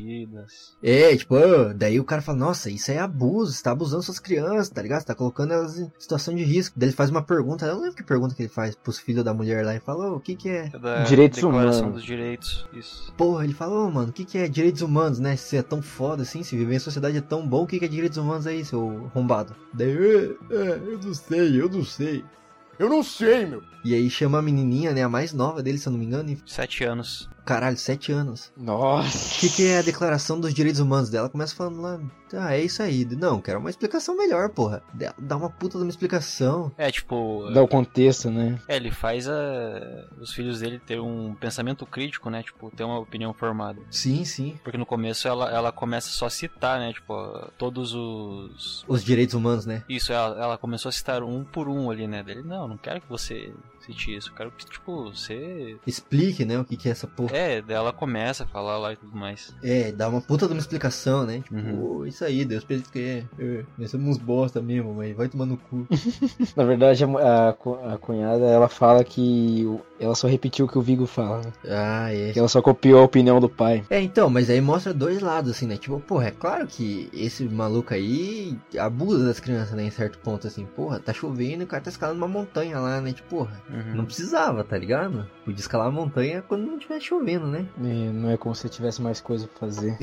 J: Adidas.
B: É, tipo, ah, daí o cara fala, nossa, isso é abuso, você tá abusando suas crianças, tá ligado? Você tá colocando elas em situação de risco. Daí ele faz uma pergunta, eu não lembro que pergunta que ele faz pros filhos da mulher lá, e fala, ô, o que que é?
J: É da
G: Direitos
J: Declaração
G: humanos.
J: dos Direitos. Isso.
B: Porra, ele falou, mano, o que, que é direitos humanos, né? Se é tão foda assim, se viver em sociedade é tão bom, o que, que é direitos humanos aí, seu arrombado? Daí, é, é, eu não sei, eu não sei.
K: Eu não sei, meu.
B: E aí chama a menininha, né? A mais nova dele, se eu não me engano. E...
J: Sete anos.
B: Caralho, sete anos.
G: Nossa.
B: O que, que é a Declaração dos Direitos Humanos dela? Começa falando lá, ah, é isso aí. Não, quero uma explicação melhor, porra. Dá uma puta de uma explicação.
J: É, tipo...
G: Dá o contexto, né?
J: É, ele faz a... os filhos dele ter um pensamento crítico, né? Tipo, ter uma opinião formada.
B: Sim, sim.
J: Porque no começo ela, ela começa só a citar, né? Tipo, todos os...
B: Os direitos humanos, né?
J: Isso, ela, ela começou a citar um por um ali, né? Dele, não, não quero que você sentir isso. Eu quero que, tipo, você.
B: Explique, né, o que, que é essa porra.
J: É, daí ela começa a falar lá e tudo mais.
B: É, dá uma puta de uma explicação, né? Tipo, uhum. oh, isso aí, Deus permite que é. Nós somos uns bosta mesmo, mas vai tomar no cu.
G: Na verdade, a, a, cunhada, ela fala que ela só repetiu o que o Vigo fala, né?
B: Ah, é.
G: Que ela só copiou a opinião do pai.
B: É, então, mas aí mostra dois lados, assim, né? Tipo, porra, é claro que esse maluco aí abusa das crianças, né? Em certo ponto, assim, porra, tá chovendo e o cara tá escalando uma montanha lá, né? Tipo, porra, Uhum. Não precisava, tá ligado? Podia escalar a montanha quando não estiver chovendo, né?
G: E não é como se tivesse mais coisa pra fazer.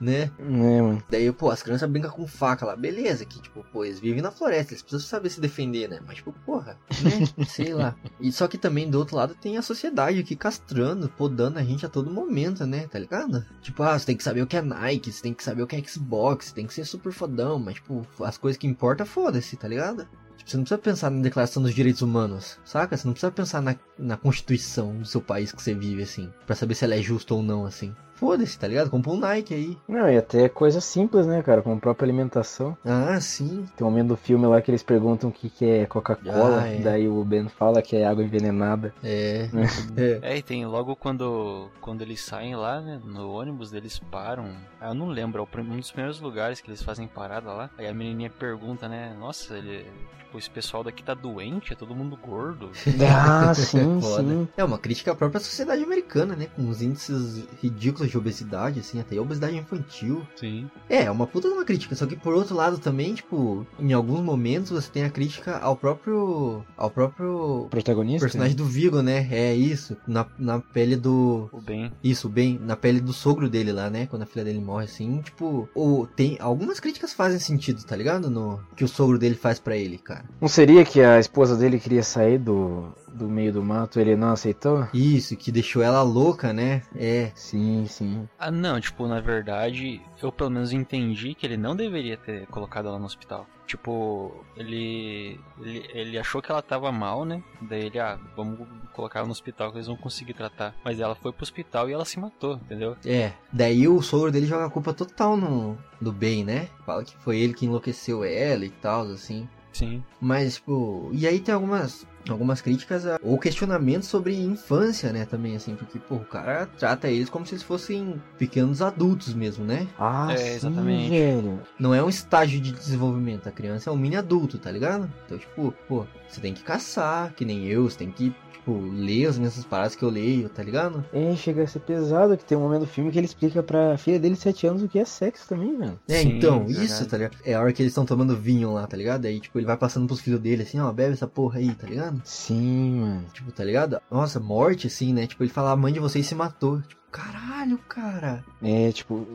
B: né?
G: É, mano.
B: Daí, pô, as crianças brincam com faca lá. Beleza, que, tipo, pô, eles vivem na floresta, eles precisam saber se defender, né? Mas, tipo, porra, né? Sei lá. E só que também, do outro lado, tem a sociedade aqui castrando, podando a gente a todo momento, né? Tá ligado? Tipo, ah, você tem que saber o que é Nike, você tem que saber o que é Xbox, você tem que ser super fodão, mas, tipo, as coisas que importam, foda-se, tá ligado? Você não precisa pensar na Declaração dos Direitos Humanos, saca? Você não precisa pensar na, na Constituição do seu país que você vive, assim, para saber se ela é justa ou não, assim. Foda-se, tá ligado? Compra um Nike aí.
G: Não, e até coisa simples, né, cara? Como própria alimentação.
B: Ah, sim.
G: Tem um momento do filme lá que eles perguntam o que, que é Coca-Cola. Ah, é. Daí o Ben fala que é água envenenada.
B: É.
J: é, e tem logo quando, quando eles saem lá, né? No ônibus, eles param. Ah, eu não lembro, é um dos primeiros lugares que eles fazem parada lá. Aí a menininha pergunta, né? Nossa, ele esse pessoal daqui tá doente, é todo mundo gordo.
G: Ah, sim, sim.
B: É uma crítica à própria sociedade americana, né? Com os índices ridículos de obesidade, assim, até obesidade infantil.
J: Sim.
B: É, uma puta de uma crítica. Só que por outro lado também, tipo, em alguns momentos você tem a crítica ao próprio. ao próprio.
G: Protagonista?
B: Personagem do Vigo, né? É isso. Na, na pele do.
J: O Ben.
B: Isso, o Ben. Na pele do sogro dele lá, né? Quando a filha dele morre, assim, tipo. Ou tem. Algumas críticas fazem sentido, tá ligado? No. Que o sogro dele faz para ele, cara.
G: Não seria que a esposa dele queria sair do, do meio do mato, ele não aceitou?
B: Isso, que deixou ela louca, né? É.
G: Sim, sim.
J: Ah, não, tipo, na verdade, eu pelo menos entendi que ele não deveria ter colocado ela no hospital. Tipo, ele, ele, ele achou que ela tava mal, né? Daí ele, ah, vamos colocar ela no hospital que eles vão conseguir tratar. Mas ela foi pro hospital e ela se matou, entendeu?
B: É. Daí o sogro dele joga a culpa total no, no bem, né? Fala que foi ele que enlouqueceu ela e tal, assim.
J: Sim.
B: Mas, tipo, e aí tem algumas algumas críticas a... ou questionamentos sobre infância, né, também, assim, porque, pô, o cara trata eles como se eles fossem pequenos adultos mesmo, né?
G: Ah, é, sim, exatamente. Velho.
B: Não é um estágio de desenvolvimento, a criança é um mini adulto, tá ligado? Então, tipo, pô, você tem que caçar, que nem eu, você tem que tipo, ler as mesmas paradas que eu leio, tá ligado?
G: É, chega a ser pesado que tem um momento do filme que ele explica pra filha dele de 7 anos o que é sexo também, velho.
B: É, Sim, então, é isso, tá ligado? É a hora que eles estão tomando vinho lá, tá ligado? Aí, tipo, ele vai passando pros filhos dele assim, ó, bebe essa porra aí, tá ligado?
G: Sim, mano.
B: Tipo, tá ligado? Nossa, morte, assim, né? Tipo, ele fala, a mãe de vocês se matou. Tipo, caralho, cara.
G: É, tipo,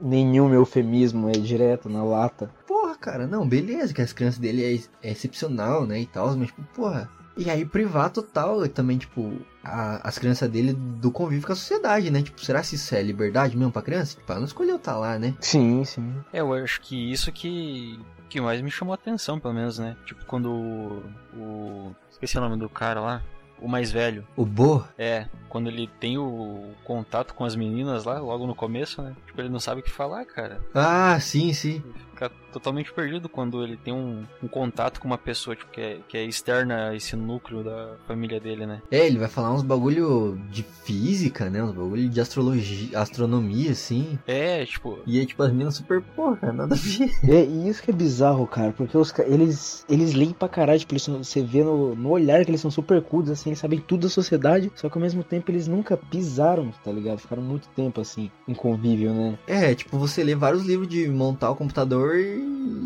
G: nenhum eufemismo é direto na lata.
B: Porra, cara, não, beleza que as crianças dele é, é excepcional, né, e tal, mas, tipo, porra, e aí privar total também, tipo, a, as crianças dele do convívio com a sociedade, né? Tipo, será que isso é liberdade mesmo pra criança? Tipo, ela não escolheu estar tá lá, né?
G: Sim, sim.
J: É, eu acho que isso que, que mais me chamou a atenção, pelo menos, né? Tipo, quando o, o... Esqueci o nome do cara lá o mais velho.
B: O Bo?
J: É, quando ele tem o contato com as meninas lá, logo no começo, né? Tipo, ele não sabe o que falar, cara.
B: Ah, sim, sim.
J: Ele fica totalmente perdido quando ele tem um, um contato com uma pessoa tipo, que, é, que é externa a esse núcleo da família dele, né?
B: É, ele vai falar uns bagulho de física, né? Uns bagulho de astrologia, astronomia, assim.
J: É, tipo...
B: E é, tipo, as meninas super, porra, nada a ver.
G: É, e isso que é bizarro, cara, porque os, eles, eles leem pra caralho, tipo, eles, você vê no, no olhar que eles são super cultos, assim, eles sabem tudo da sociedade, só que ao mesmo tempo eles nunca pisaram, tá ligado? Ficaram muito tempo assim, em convívio, né?
B: É, tipo, você lê vários livros de montar o computador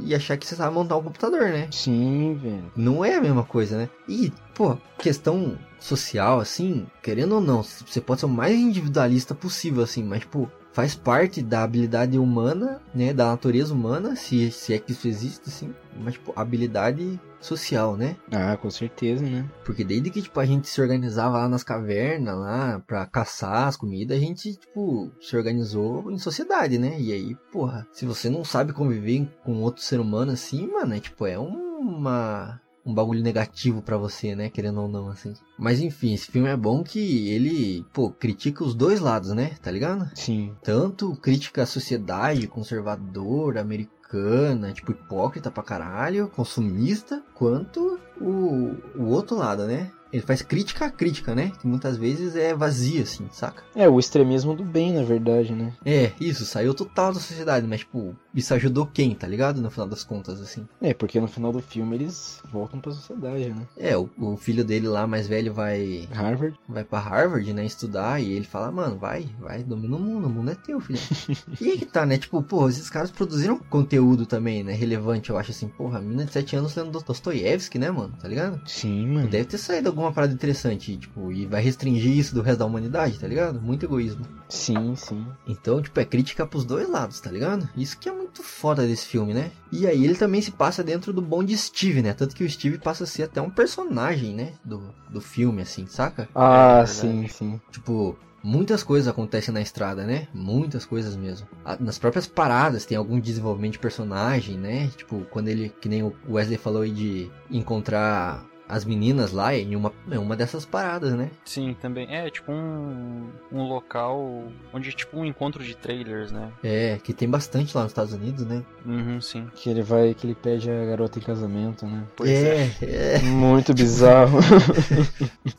B: e achar que você sabe montar um computador, né?
G: Sim, velho.
B: Não é a mesma coisa, né? E, pô, questão social, assim, querendo ou não, você pode ser o mais individualista possível, assim, mas, tipo, faz parte da habilidade humana, né? Da natureza humana, se, se é que isso existe, assim. Mas, tipo, habilidade social, né?
G: Ah, com certeza, né?
B: Porque desde que, tipo, a gente se organizava lá nas cavernas, lá, pra caçar as comidas, a gente, tipo, se organizou em sociedade, né? E aí, porra, se você não sabe conviver com outro ser humano assim, mano, é, tipo, é uma um bagulho negativo para você, né? Querendo ou não, assim. Mas enfim, esse filme é bom que ele, pô, critica os dois lados, né? Tá ligado?
G: Sim.
B: Tanto critica a sociedade conservadora, americana, tipo, hipócrita pra caralho, consumista, quanto o, o outro lado, né? Ele faz crítica à crítica, né? Que muitas vezes é vazia, assim, saca?
G: É, o extremismo do bem, na verdade, né?
B: É, isso, saiu total da sociedade, mas, tipo, isso ajudou quem, tá ligado? No final das contas, assim.
G: É, porque no final do filme eles voltam pra sociedade, né?
B: É, o, o filho dele lá, mais velho, vai
G: Harvard.
B: vai pra Harvard, né, estudar, e ele fala, mano, vai, vai, domina o mundo, o mundo é teu, filho. e aí que tá, né, tipo, pô, esses caras produziram conteúdo também, né, relevante, eu acho assim, porra, a menina de 7 anos lendo Dostoiévski, né, mano, tá ligado?
G: Sim, mano.
B: Deve ter saído alguma parada interessante, tipo, e vai restringir isso do resto da humanidade, tá ligado? Muito egoísmo.
G: Sim, sim.
B: Então, tipo, é crítica pros dois lados, tá ligado? Isso que é muito foda desse filme, né? E aí ele também se passa dentro do bonde Steve, né? Tanto que o Steve passa a ser até um personagem, né? Do, do filme, assim, saca?
G: Ah, sim, sim.
B: Tipo, muitas coisas acontecem na estrada, né? Muitas coisas mesmo. A- Nas próprias paradas tem algum desenvolvimento de personagem, né? Tipo, quando ele, que nem o Wesley falou aí de encontrar as meninas lá em uma, em uma dessas paradas, né?
J: Sim, também. É tipo um, um local onde é tipo um encontro de trailers, né?
B: É, que tem bastante lá nos Estados Unidos, né?
J: Uhum, sim.
G: Que ele vai, que ele pede a garota em casamento, né?
B: é, é.
G: Muito bizarro.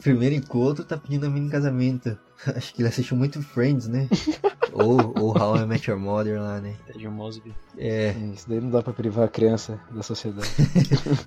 B: Primeiro encontro tá pedindo a mina em casamento. Acho que ele assistiu muito Friends, né? ou, ou How I Met Your Mother lá, né?
J: Ted Mosby.
B: É.
G: É, Isso daí não dá pra privar a criança da sociedade.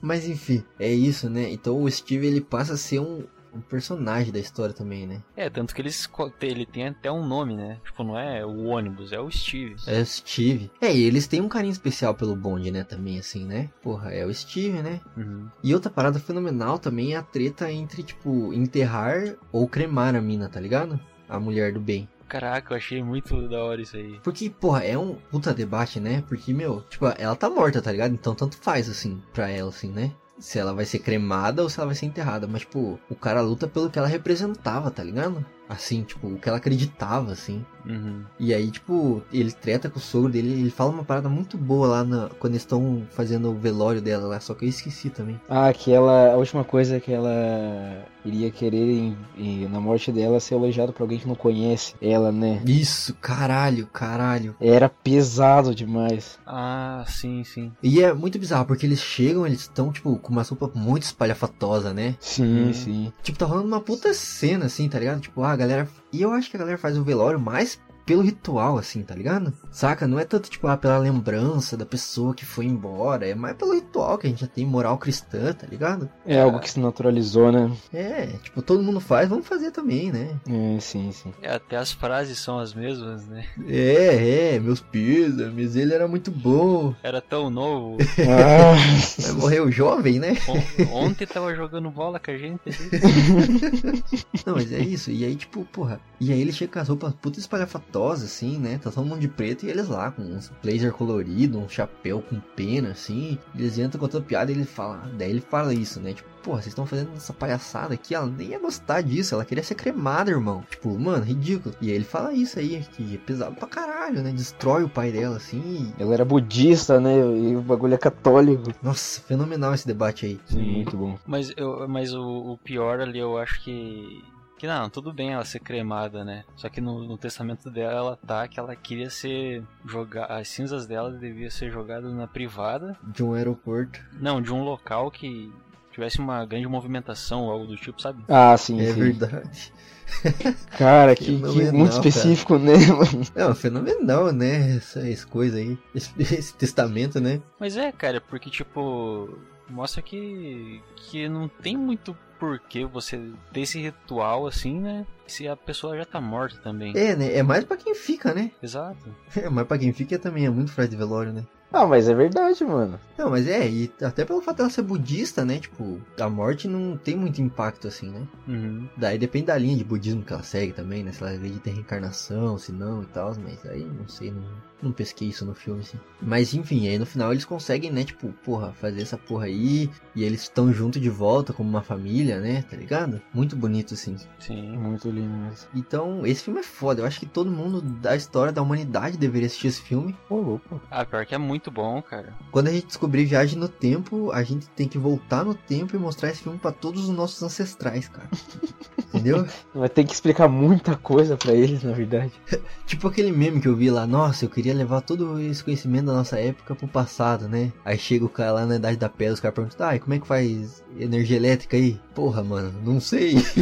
B: Mas enfim, é isso, né? Então o Steve ele passa a ser um, um personagem da história também, né?
J: É, tanto que eles, co- te- ele tem até um nome, né? Tipo, não é o ônibus, é o Steve.
B: É o Steve. É, e eles têm um carinho especial pelo Bond, né? Também, assim, né? Porra, é o Steve, né?
J: Uhum.
B: E outra parada fenomenal também é a treta entre, tipo, enterrar ou cremar a mina, tá ligado? A mulher do bem.
J: Caraca, eu achei muito da hora isso aí.
B: Porque, porra, é um puta debate, né? Porque, meu, tipo, ela tá morta, tá ligado? Então tanto faz, assim, pra ela, assim, né? Se ela vai ser cremada ou se ela vai ser enterrada. Mas, tipo, o cara luta pelo que ela representava, tá ligado? Assim, tipo, o que ela acreditava, assim.
J: Uhum.
B: E aí, tipo, ele treta com o sogro dele, ele fala uma parada muito boa lá na, quando eles estão fazendo o velório dela lá, só que eu esqueci também.
G: Ah, que ela. A última coisa que ela iria querer em- em- na morte dela é ser elogiado por alguém que não conhece ela, né?
B: Isso, caralho, caralho.
G: Era pesado demais.
J: Ah, sim, sim.
B: E é muito bizarro, porque eles chegam, eles estão, tipo, com uma sopa muito espalhafatosa, né?
G: Sim,
J: Hum.
G: sim.
B: Tipo, tá rolando uma puta cena, assim, tá ligado? Tipo, ah, a galera. E eu acho que a galera faz o velório mais pelo ritual, assim, tá ligado? Saca? Não é tanto, tipo, ah, pela lembrança da pessoa que foi embora. É mais pelo ritual que a gente já tem moral cristã, tá ligado?
G: É algo que se naturalizou, né?
B: É, tipo, todo mundo faz, vamos fazer também, né?
G: É, sim, sim.
J: É, até as frases são as mesmas, né?
B: É, é, meus pêsames, ele era muito bom.
J: Era tão novo.
G: Ah,
B: Mas morreu jovem, né?
J: On- Ontem tava jogando bola com a gente. ali.
B: Não, mas é isso. E aí, tipo, porra. E aí ele chega com as roupas puta espalhafatosas, assim, né? Tá todo mundo de preto e eles lá, com uns blazer colorido, um chapéu com pena, assim. Eles entram contando piada e ele fala. Daí ele fala isso, né? Tipo, porra, vocês estão fazendo essa palhaçada aqui. Ela nem ia gostar disso. Ela queria ser cremada, irmão. Tipo, mano, ridículo. E aí ele fala isso aí, que é pesado pra caralho, né? Destrói o pai dela, assim.
G: ela era budista, né? E o bagulho é católico.
B: e- Nossa, fenomenal esse debate aí.
G: Muito bom.
J: Mas, eu, mas o, o pior ali, eu acho que. Que não, tudo bem ela ser cremada, né? Só que no, no testamento dela, ela tá que ela queria ser jogada. As cinzas dela devia ser jogadas na privada.
B: De um aeroporto.
J: Não, de um local que tivesse uma grande movimentação ou algo do tipo, sabe?
G: Ah, sim,
B: é
G: sim.
B: verdade.
G: Cara,
B: Que
G: que, que
B: fenomenal,
G: muito
B: cara.
G: específico, né, mano?
B: Não, É um fenomenal, né? Essa, essa coisa aí. Esse, esse testamento, né?
J: Mas é, cara, porque tipo. Mostra que. que não tem muito porquê você ter esse ritual assim, né? Se a pessoa já tá morta também.
B: É, né? É mais pra quem fica, né?
J: Exato.
B: É mais pra quem fica também é muito frase de velório, né?
G: Ah, mas é verdade, mano.
B: Não, mas é, e até pelo fato dela ser budista, né? Tipo, a morte não tem muito impacto assim, né?
J: Uhum.
B: Daí depende da linha de budismo que ela segue também, né? Se ela acredita em reencarnação, se não e tal, mas aí não sei, não, não pesquei isso no filme, assim. Mas enfim, aí no final eles conseguem, né? Tipo, porra, fazer essa porra aí e eles estão junto de volta como uma família, né? Tá ligado? Muito bonito, assim.
J: Sim.
G: Muito lindo mesmo.
B: Então, esse filme é foda. Eu acho que todo mundo da história da humanidade deveria assistir esse filme.
G: Ô, louco.
J: Ah, pior que é muito bom, cara.
B: Quando a gente descobrir viagem no tempo, a gente tem que voltar no tempo e mostrar esse filme pra todos os nossos ancestrais, cara. Entendeu?
G: Vai ter que explicar muita coisa pra eles, na verdade.
B: Tipo aquele meme que eu vi lá, nossa, eu queria levar todo esse conhecimento da nossa época pro passado, né? Aí chega o cara lá na Idade da Pedra, os caras perguntam, tá, e como é que faz energia elétrica aí? Porra, mano, não sei.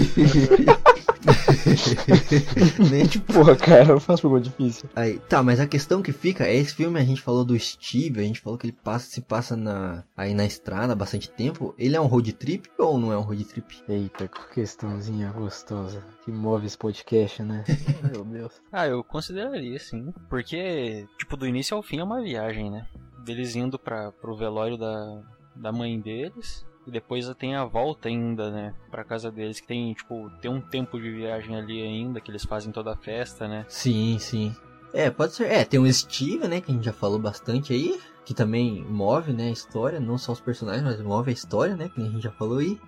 B: né? Tipo,
G: Porra, cara, não faz pergunta difícil.
B: Aí, tá, mas a questão que fica é esse filme a gente falou do Steve, a gente falou que ele passa, se passa na, aí na estrada há bastante tempo. Ele é um road trip ou não é um road trip?
G: Eita, que questãozinha gostosa que move esse podcast, né? Meu Deus.
J: Ah, eu consideraria, sim. Porque, tipo, do início ao fim é uma viagem, né? Deles indo pra, pro velório da, da mãe deles. E depois tem a volta ainda, né? Pra casa deles, que tem, tipo, tem um tempo de viagem ali ainda, que eles fazem toda a festa, né?
B: Sim, sim. É, pode ser. É, tem o Steve, né, que a gente já falou bastante aí, que também move, né, a história, não só os personagens, mas move a história, né, que a gente já falou aí.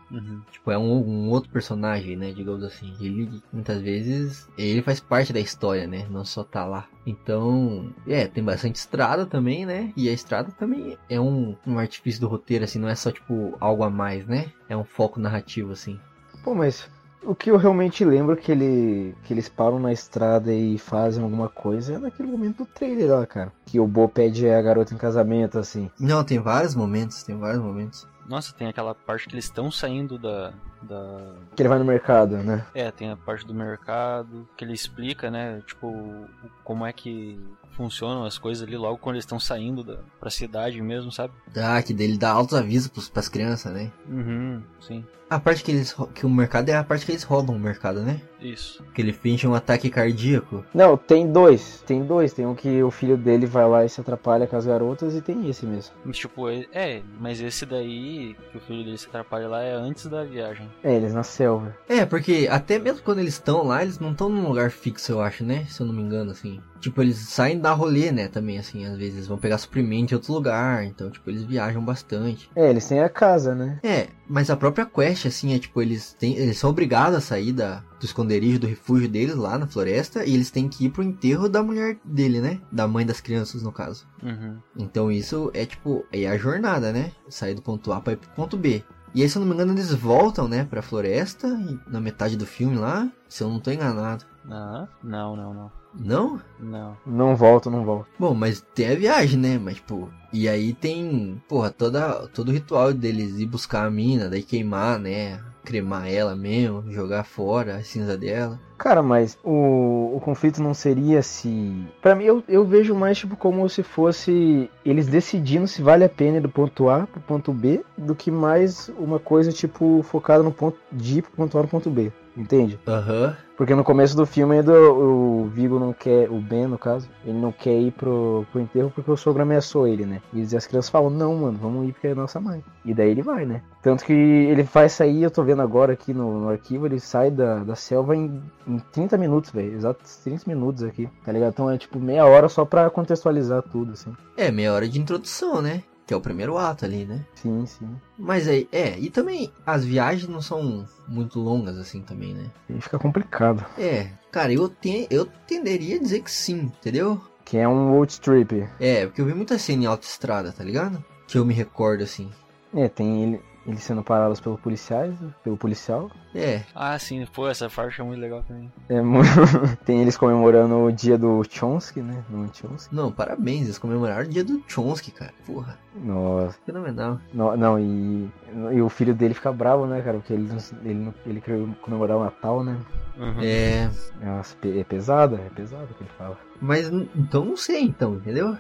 B: Tipo, é um, um outro personagem, né, digamos assim. Ele, muitas vezes, ele faz parte da história, né, não só tá lá. Então, é, tem bastante estrada também, né, e a estrada também é um, um artifício do roteiro, assim, não é só, tipo, algo a mais, né, é um foco narrativo, assim.
G: Pô, mas o que eu realmente lembro que, ele, que eles param na estrada e fazem alguma coisa é naquele momento do trailer lá, cara. Que o Bo pede a garota em casamento, assim.
B: Não, tem vários momentos, tem vários momentos.
J: Nossa, tem aquela parte que eles estão saindo da, da.
G: Que ele vai no mercado, né?
J: É, tem a parte do mercado, que ele explica, né? Tipo, o- como é que funcionam as coisas ali logo quando eles estão saindo da, pra cidade mesmo, sabe?
B: Ah, que dele dá altos avisos pros, pras crianças, né.
J: Uhum, sim.
B: A parte que eles rou- que o mercado é a parte que eles roubam o mercado, né?
J: Isso.
B: Que ele finge um ataque cardíaco.
G: Não, tem dois. Tem dois. Tem um que o filho dele vai lá e se atrapalha com as garotas e tem esse mesmo.
J: Mas, tipo, é- é, mas esse daí, que o filho dele se atrapalha lá, é antes da viagem.
G: É, eles na selva.
B: É, porque até mesmo quando eles estão lá, eles não estão num lugar fixo, eu acho, né? Se eu não me engano, assim. Tipo, eles saem da rolê, né? Também, assim, às vezes vão pegar suprimento em outro lugar. Então, tipo, eles viajam bastante.
G: É, eles têm a casa, né?
B: É, mas a própria quest, assim, é tipo, eles têm. Eles são obrigados a sair da, do esconderijo, do refúgio deles lá na floresta. E eles têm que ir pro enterro da mulher dele, né? Da mãe das crianças, no caso.
J: Uhum.
B: Então isso é tipo, é a jornada, né? Sair do ponto A para ir pro ponto B. E aí, se eu não me engano, eles voltam, né, pra floresta, e- na metade do filme lá, se eu não tô enganado.
J: Ah, não, não, não.
B: Não?
J: Não.
G: Não volto, não volto.
B: Bom, mas tem a viagem, né? Mas, tipo, e aí tem, porra, toda, todo o ritual deles ir buscar a mina, daí queimar, né? Cremar ela mesmo, jogar fora a cinza dela.
G: Cara, mas o, o conflito não seria se. Pra mim, eu, eu vejo mais tipo como se fosse eles decidindo se vale a pena ir do ponto A pro ponto B, do que mais uma coisa tipo focada no ponto de ir pro ponto A no ponto B. Entende?
B: Aham.
G: Porque no começo do filme ainda o o Vigo não quer, o Ben no caso, ele não quer ir pro, pro enterro porque o sogro ameaçou ele, né? E as crianças falam, não, mano, vamos ir porque é nossa mãe. E daí ele vai, né? Tanto que ele vai sair, eu tô vendo agora aqui no, no arquivo, ele sai da, da selva em, em 30 minutos, velho. Exatos 30 minutos aqui, tá ligado? Então é tipo meia hora só pra contextualizar tudo, assim.
B: É, meia hora de introdução, né? Que é o primeiro ato ali, né?
G: Sim, sim.
B: Mas aí, é, e também as viagens não são muito longas assim também, né?
G: E fica complicado.
B: É, cara, eu, te, eu tenderia a dizer que sim, entendeu?
G: Que é um road trip.
B: É, porque eu vi muita cena em autoestrada, tá ligado? Que eu me recordo assim.
G: É, tem ele, ele sendo parados pelos policiais, pelo policial.
B: É,
J: Ah, sim, pô, essa parte é muito legal também.
G: É, mu- tem eles comemorando o dia do Chomsky, né? No Chomsky.
B: não, parabéns, eles comemoraram o dia do Chomsky, cara. Porra,
G: Nossa.
B: fenomenal.
G: Não, não e, e o filho dele fica bravo, né, cara? Porque ele, não- ele, não- ele queria comemorar o Natal, né?
J: Uhum.
B: É,
G: Nossa, pe- é pesado, é pesado o que ele fala.
B: mas n- então não sei então, entendeu?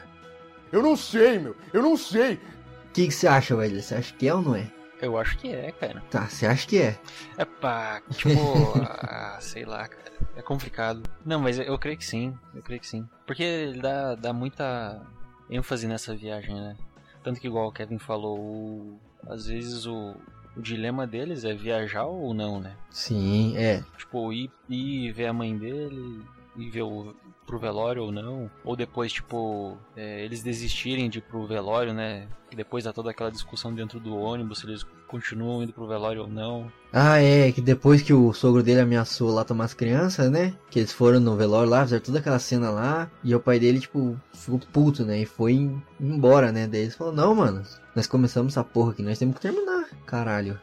A: Eu não sei, meu. Eu não sei.
B: O que que você acha, Wesley? Você acha que é ou não é?
J: Eu acho que é, cara.
B: Tá, você acha que é?
J: É pá, tipo, ah, sei lá, cara. É complicado. Não, mas eu creio que sim. Eu creio que sim. Porque ele dá, dá muita ênfase nessa viagem, né? Tanto que, igual o Kevin falou, o... às vezes o... o dilema deles é viajar ou não, né?
B: Sim, é.
J: Tipo, ir, ir ver a mãe dele, ir ver o... pro velório ou não. Ou depois, tipo, é, eles desistirem de ir pro velório, né? Depois há toda aquela discussão dentro do ônibus, se eles continuam indo pro velório ou não.
B: Ah, é, que depois que o sogro dele ameaçou lá tomar as crianças, né? Que eles foram no velório lá, fizeram toda aquela cena lá. E o pai dele, tipo, ficou puto, né? E foi em- embora, né? Daí eles falaram, não, mano, nós começamos essa porra aqui, nós temos que terminar, caralho.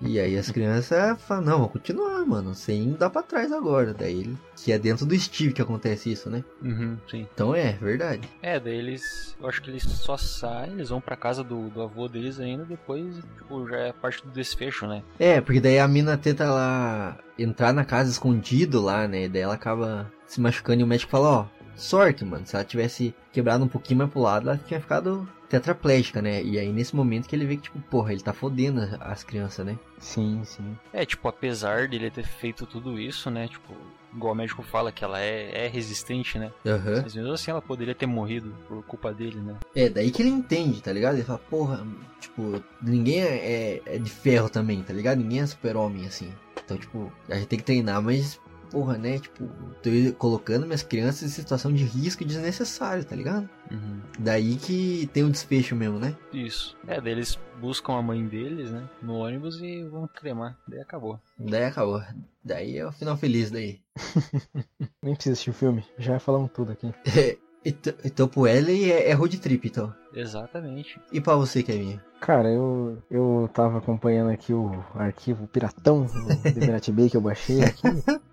B: e aí as crianças falam, não, vamos continuar, mano, sem dar pra trás agora. Daí ele, que é dentro do Steve que acontece isso, né?
J: Uhum, sim.
B: Então é, verdade.
J: É, daí eles. Eu acho que eles só saem, eles vão pra casa do, do avô deles ainda, depois, tipo, já é parte do desfecho, né?
B: É, porque daí a mina tenta lá entrar na casa escondido lá, né? Daí ela acaba se machucando e o médico fala, ó, sorte, mano. Se ela tivesse quebrado um pouquinho mais pro lado, ela tinha ficado tetraplégica, né? E aí nesse momento que ele vê que, tipo, porra, ele tá fodendo as- as crianças, né?
G: Sim, sim.
J: É, tipo, apesar dele ter feito tudo isso, né? Tipo, igual o médico fala que ela é, é resistente, né?
B: Aham.
J: Mas mesmo assim ela poderia ter morrido por culpa dele, né?
B: É, daí que ele entende, tá ligado? Ele fala, porra, tipo, ninguém é, é- é de ferro também, tá ligado? Ninguém é super-homem, assim. Então, tipo, a gente tem que treinar, mas, porra, né? Tipo, tô colocando minhas crianças em situação de risco desnecessário, tá ligado?
J: Uhum.
B: Daí que tem um desfecho mesmo, né?
J: Isso. É, daí eles buscam a mãe deles, né? No ônibus e vão cremar. Daí acabou.
B: Daí acabou. Daí é o final feliz daí.
G: Nem precisa assistir o filme, já falamos tudo aqui.
B: Então, então pro Ellie é, é road trip, então.
J: Exatamente.
B: E pra você, Kevin?
G: Cara, eu, eu tava acompanhando aqui o arquivo piratão do Pirate Bay que eu baixei aqui.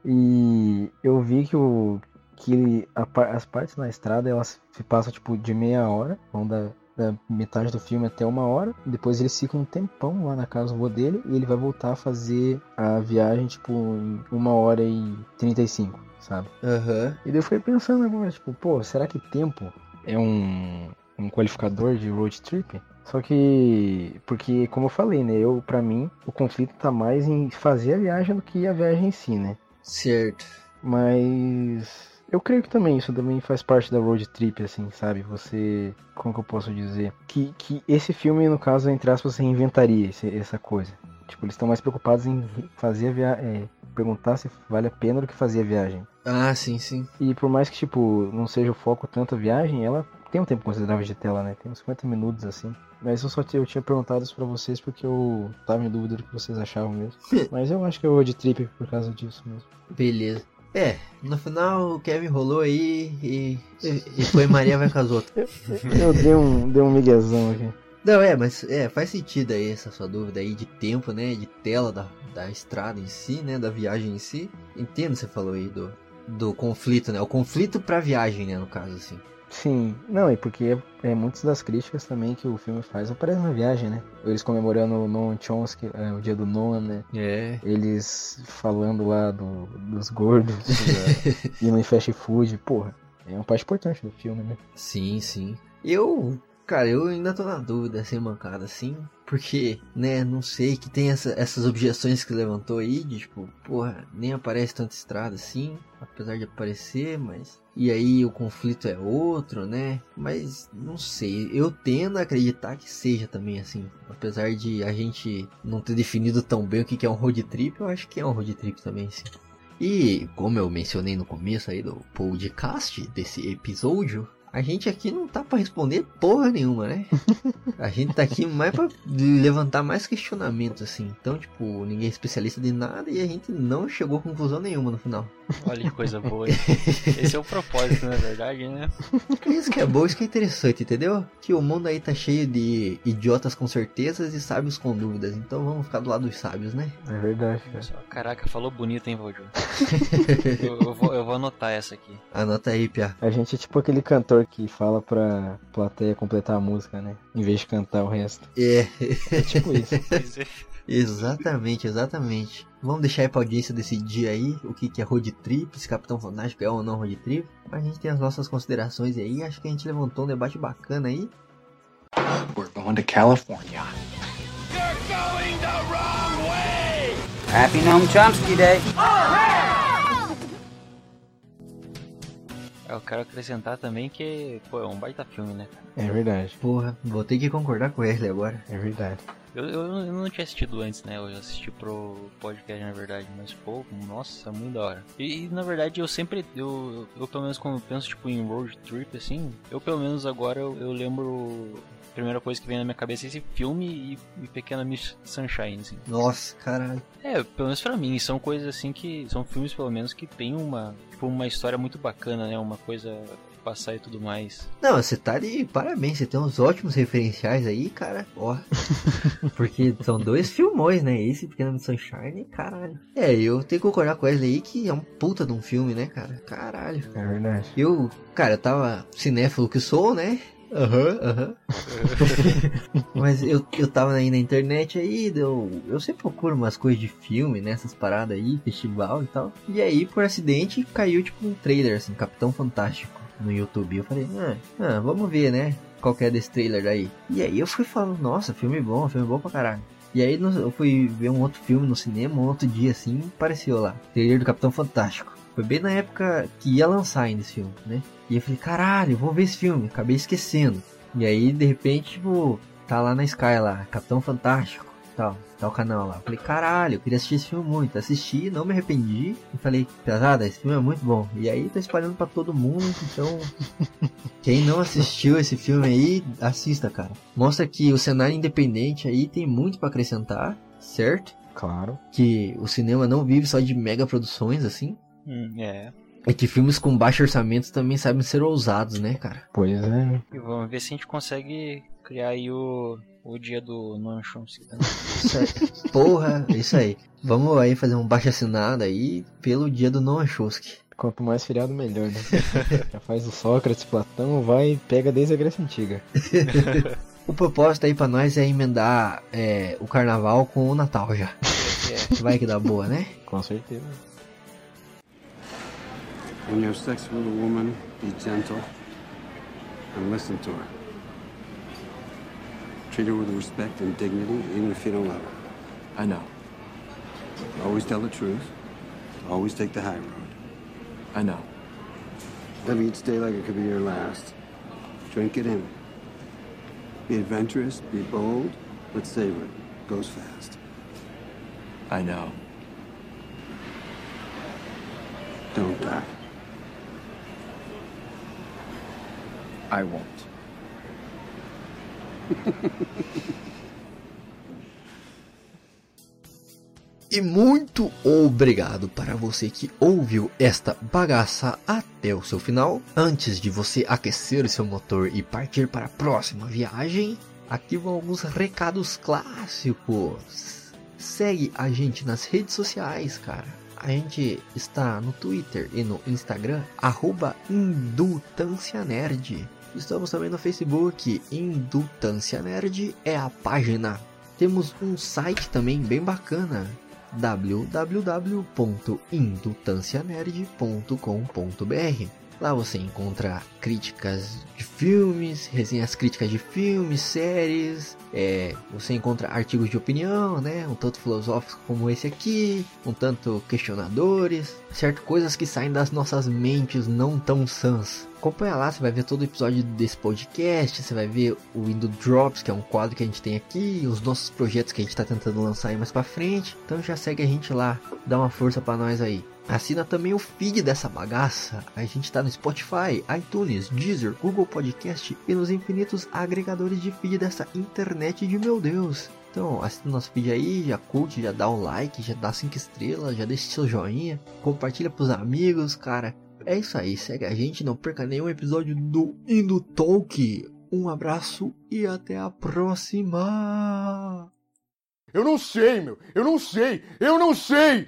G: E eu vi que o que a par- as partes na estrada elas se passam tipo de meia hora, vão da, da metade do filme até uma hora. Depois eles ficam um tempão lá na casa do vô dele e ele vai voltar a fazer a viagem tipo em uma hora e 35, sabe?
B: Aham.
G: E daí eu fiquei pensando agora, tipo, pô, será que tempo é um, um qualificador de road trip? Só que, porque, como eu falei, né, eu, pra mim, o conflito tá mais em fazer a viagem do que a viagem em si, né?
B: Certo.
G: Mas eu creio que também isso também faz parte da road trip, assim, sabe? Você. Como que eu posso dizer? Que, que esse filme, no caso, entre aspas, você inventaria essa coisa. Tipo, eles estão mais preocupados em fazer a viagem. perguntar se vale a pena do que fazer a viagem.
B: Ah, sim, sim.
G: E por mais que, tipo, não seja o foco tanto a viagem, ela tem um tempo considerável de tela, né? Tem uns 50 minutos, assim. Mas eu só ti- eu tinha perguntado isso pra vocês porque eu tava em dúvida do que vocês achavam mesmo. Mas eu acho que é o road trip por causa disso mesmo.
B: Beleza. É, no final o Kevin rolou aí e, e, e foi Maria vai com as outras.
G: Eu dei um, dei um miguezão aqui.
B: Não, é, mas é, faz sentido aí essa sua dúvida aí de tempo, né? De tela da, da estrada em si, né? Da viagem em si. Entendo o que você falou aí do, do conflito, né? O conflito pra viagem, né? No caso, assim.
G: Sim, não, e porque é, é, muitas das críticas também que o filme faz aparecem na viagem, né? Eles comemorando o Noam Chomsky, é, o dia do Noam, né?
B: É.
G: Eles falando lá do, dos gordos, da, indo em fast food, porra. É uma parte importante do filme, né?
B: Sim, sim. Eu, cara, eu ainda tô na dúvida sem mancada assim, porque, né, não sei que tem essa- essas objeções que levantou aí, de tipo, porra, nem aparece tanta estrada assim, apesar de aparecer, mas e aí o conflito é outro, né? Mas não sei, eu tendo a acreditar que seja também assim, apesar de a gente não ter definido tão bem o que que é um road trip, eu acho que é um road trip também, sim. E como eu mencionei no começo aí do podcast desse episódio, a gente aqui não tá pra responder porra nenhuma, né? A gente tá aqui mais pra levantar mais questionamentos, assim. Então, tipo, ninguém é especialista de nada e a gente não chegou a conclusão nenhuma no final.
J: Olha que coisa boa. hein? Esse é o propósito, na verdade, né?
B: Isso que é bom, isso que é interessante, entendeu? Que o mundo aí tá cheio de idiotas com certezas e sábios com dúvidas. Então vamos ficar do lado dos sábios, né?
G: É verdade, cara.
J: Só- Caraca, falou bonito, hein, Valdir? eu, eu vou, eu vou anotar essa aqui.
B: Anota aí, Pia.
G: A gente é tipo aquele cantor que fala pra plateia completar a música, né? Em vez de cantar o resto.
B: É,
G: É tipo isso.
J: Pois é.
B: Exatamente, exatamente. Vamos deixar aí pra audiência decidir aí o que, que é road trip, se Capitão Fantástico é ou não road trip. A gente tem as nossas considerações aí, acho que a gente levantou um debate bacana aí.
H: We're going to California.
I: Happy Noam Chomsky Day.
J: Eu quero acrescentar também que, pô, é um baita filme, né?
G: É verdade.
B: Porra, vou ter que concordar com ele agora.
G: É verdade.
J: Eu, eu, eu não tinha assistido antes, né? Eu assisti pro podcast, na verdade, mas pô, nossa, muito da hora. E, e, na verdade eu sempre, eu, eu pelo menos quando penso tipo em road trip assim, eu pelo menos agora eu, eu lembro a primeira coisa que vem na minha cabeça é esse filme e, e Pequena Miss Sunshine, assim.
B: Nossa, caralho.
J: É, pelo menos pra mim, são coisas assim que. São filmes, pelo menos, que tem uma. Tipo, uma história muito bacana, né? Uma coisa de passar e tudo mais.
B: Não, você tá de parabéns, você tem uns ótimos referenciais aí, cara. Ó. Porque são dois filmões, né? Esse Pequeno Miss Sunshine, caralho. É, eu tenho que concordar com o Wesley aí que é um puta de um filme, né, cara? Caralho.
G: É verdade.
B: Eu, cara, eu tava cinéfilo que sou, né? Aham, uhum, aham. Uhum. Mas eu, eu tava aí na internet aí, eu, eu sempre procuro umas coisas de filme, né? Essas paradas aí, festival e tal. E aí, por acidente, caiu tipo um trailer, assim, Capitão Fantástico no YouTube. Eu falei, ah, ah vamos ver, né? Qual que é desse trailer aí. E aí eu fui falando, nossa, filme bom, filme bom pra caralho. E aí eu fui ver um outro filme no cinema, um outro dia assim, apareceu lá. Trailer do Capitão Fantástico. Foi bem na época que ia lançar ainda esse filme, né? E eu falei, caralho, vou ver esse filme, acabei esquecendo. E aí, de repente, tipo, tá lá na Sky lá, Capitão Fantástico, tal, tal canal lá. Eu falei, caralho, eu queria assistir esse filme muito. Assisti, não me arrependi. E falei, pesada, esse filme é muito bom. E aí tá espalhando para todo mundo, então. Quem não assistiu esse filme aí, assista, cara. Mostra que o cenário independente aí tem muito para acrescentar, certo?
G: Claro.
B: Que o cinema não vive só de mega produções, assim.
J: É.
B: É que filmes com baixo orçamento também sabem ser ousados, né, cara?
G: Pois é.
J: E vamos ver se a gente consegue criar aí o, o dia do Noam Chomsky.
B: Isso aí. Porra, isso aí. Vamos aí fazer um baixo assinado aí pelo dia do Noam Chomsky.
G: Quanto mais feriado, melhor, né? Já faz o Sócrates, Platão, vai e pega desde a Grécia Antiga.
B: o propósito aí pra nós é emendar é, o carnaval com o Natal já. É. Vai que dá boa, né?
G: Com certeza.
K: When you have sex with a woman, be gentle and listen to her. Treat her with respect and dignity, even if you don't love her.
H: I know.
K: Always tell the truth. Always take the high road.
H: I know.
K: Live each day like it could be your last. Drink it in. Be adventurous, be bold, but savor it. it goes fast.
H: I know.
K: Don't die.
H: I won't.
B: e muito obrigado para você que ouviu esta bagaça até o seu final. Antes de você aquecer seu motor e partir para a próxima viagem, aqui vão alguns recados clássicos. Segue a gente nas redes sociais, cara. A gente está no Twitter e no Instagram, arroba Indutância Nerd. Estamos também no Facebook, Indutância Nerd é a página. Temos um site também bem bacana, www.indutancianerd.com.br. Lá você encontra críticas de filmes, resenhas críticas de filmes, séries, é, você encontra artigos de opinião, né? Um tanto filosóficos como esse aqui, um tanto questionadores, certo? Coisas que saem das nossas mentes não tão sãs. Acompanha lá, você vai ver todo o episódio desse podcast, você vai ver o Indo Drops, que é um quadro que a gente tem aqui, os nossos projetos que a gente está tentando lançar aí mais pra frente. Então já segue a gente lá, dá uma força para nós aí. Assina também o feed dessa bagaça. A gente tá no Spotify, iTunes, Deezer, Google Podcast e nos infinitos agregadores de feed dessa internet de meu Deus. Então, assina nosso feed aí, já curte, já dá um like, já dá 5 estrelas, já deixa seu joinha, compartilha pros amigos, cara. É isso aí, segue a gente, não perca nenhum episódio do Indo Talk. Um abraço e até a próxima!
A: Eu não sei, meu! Eu não sei! Eu não sei!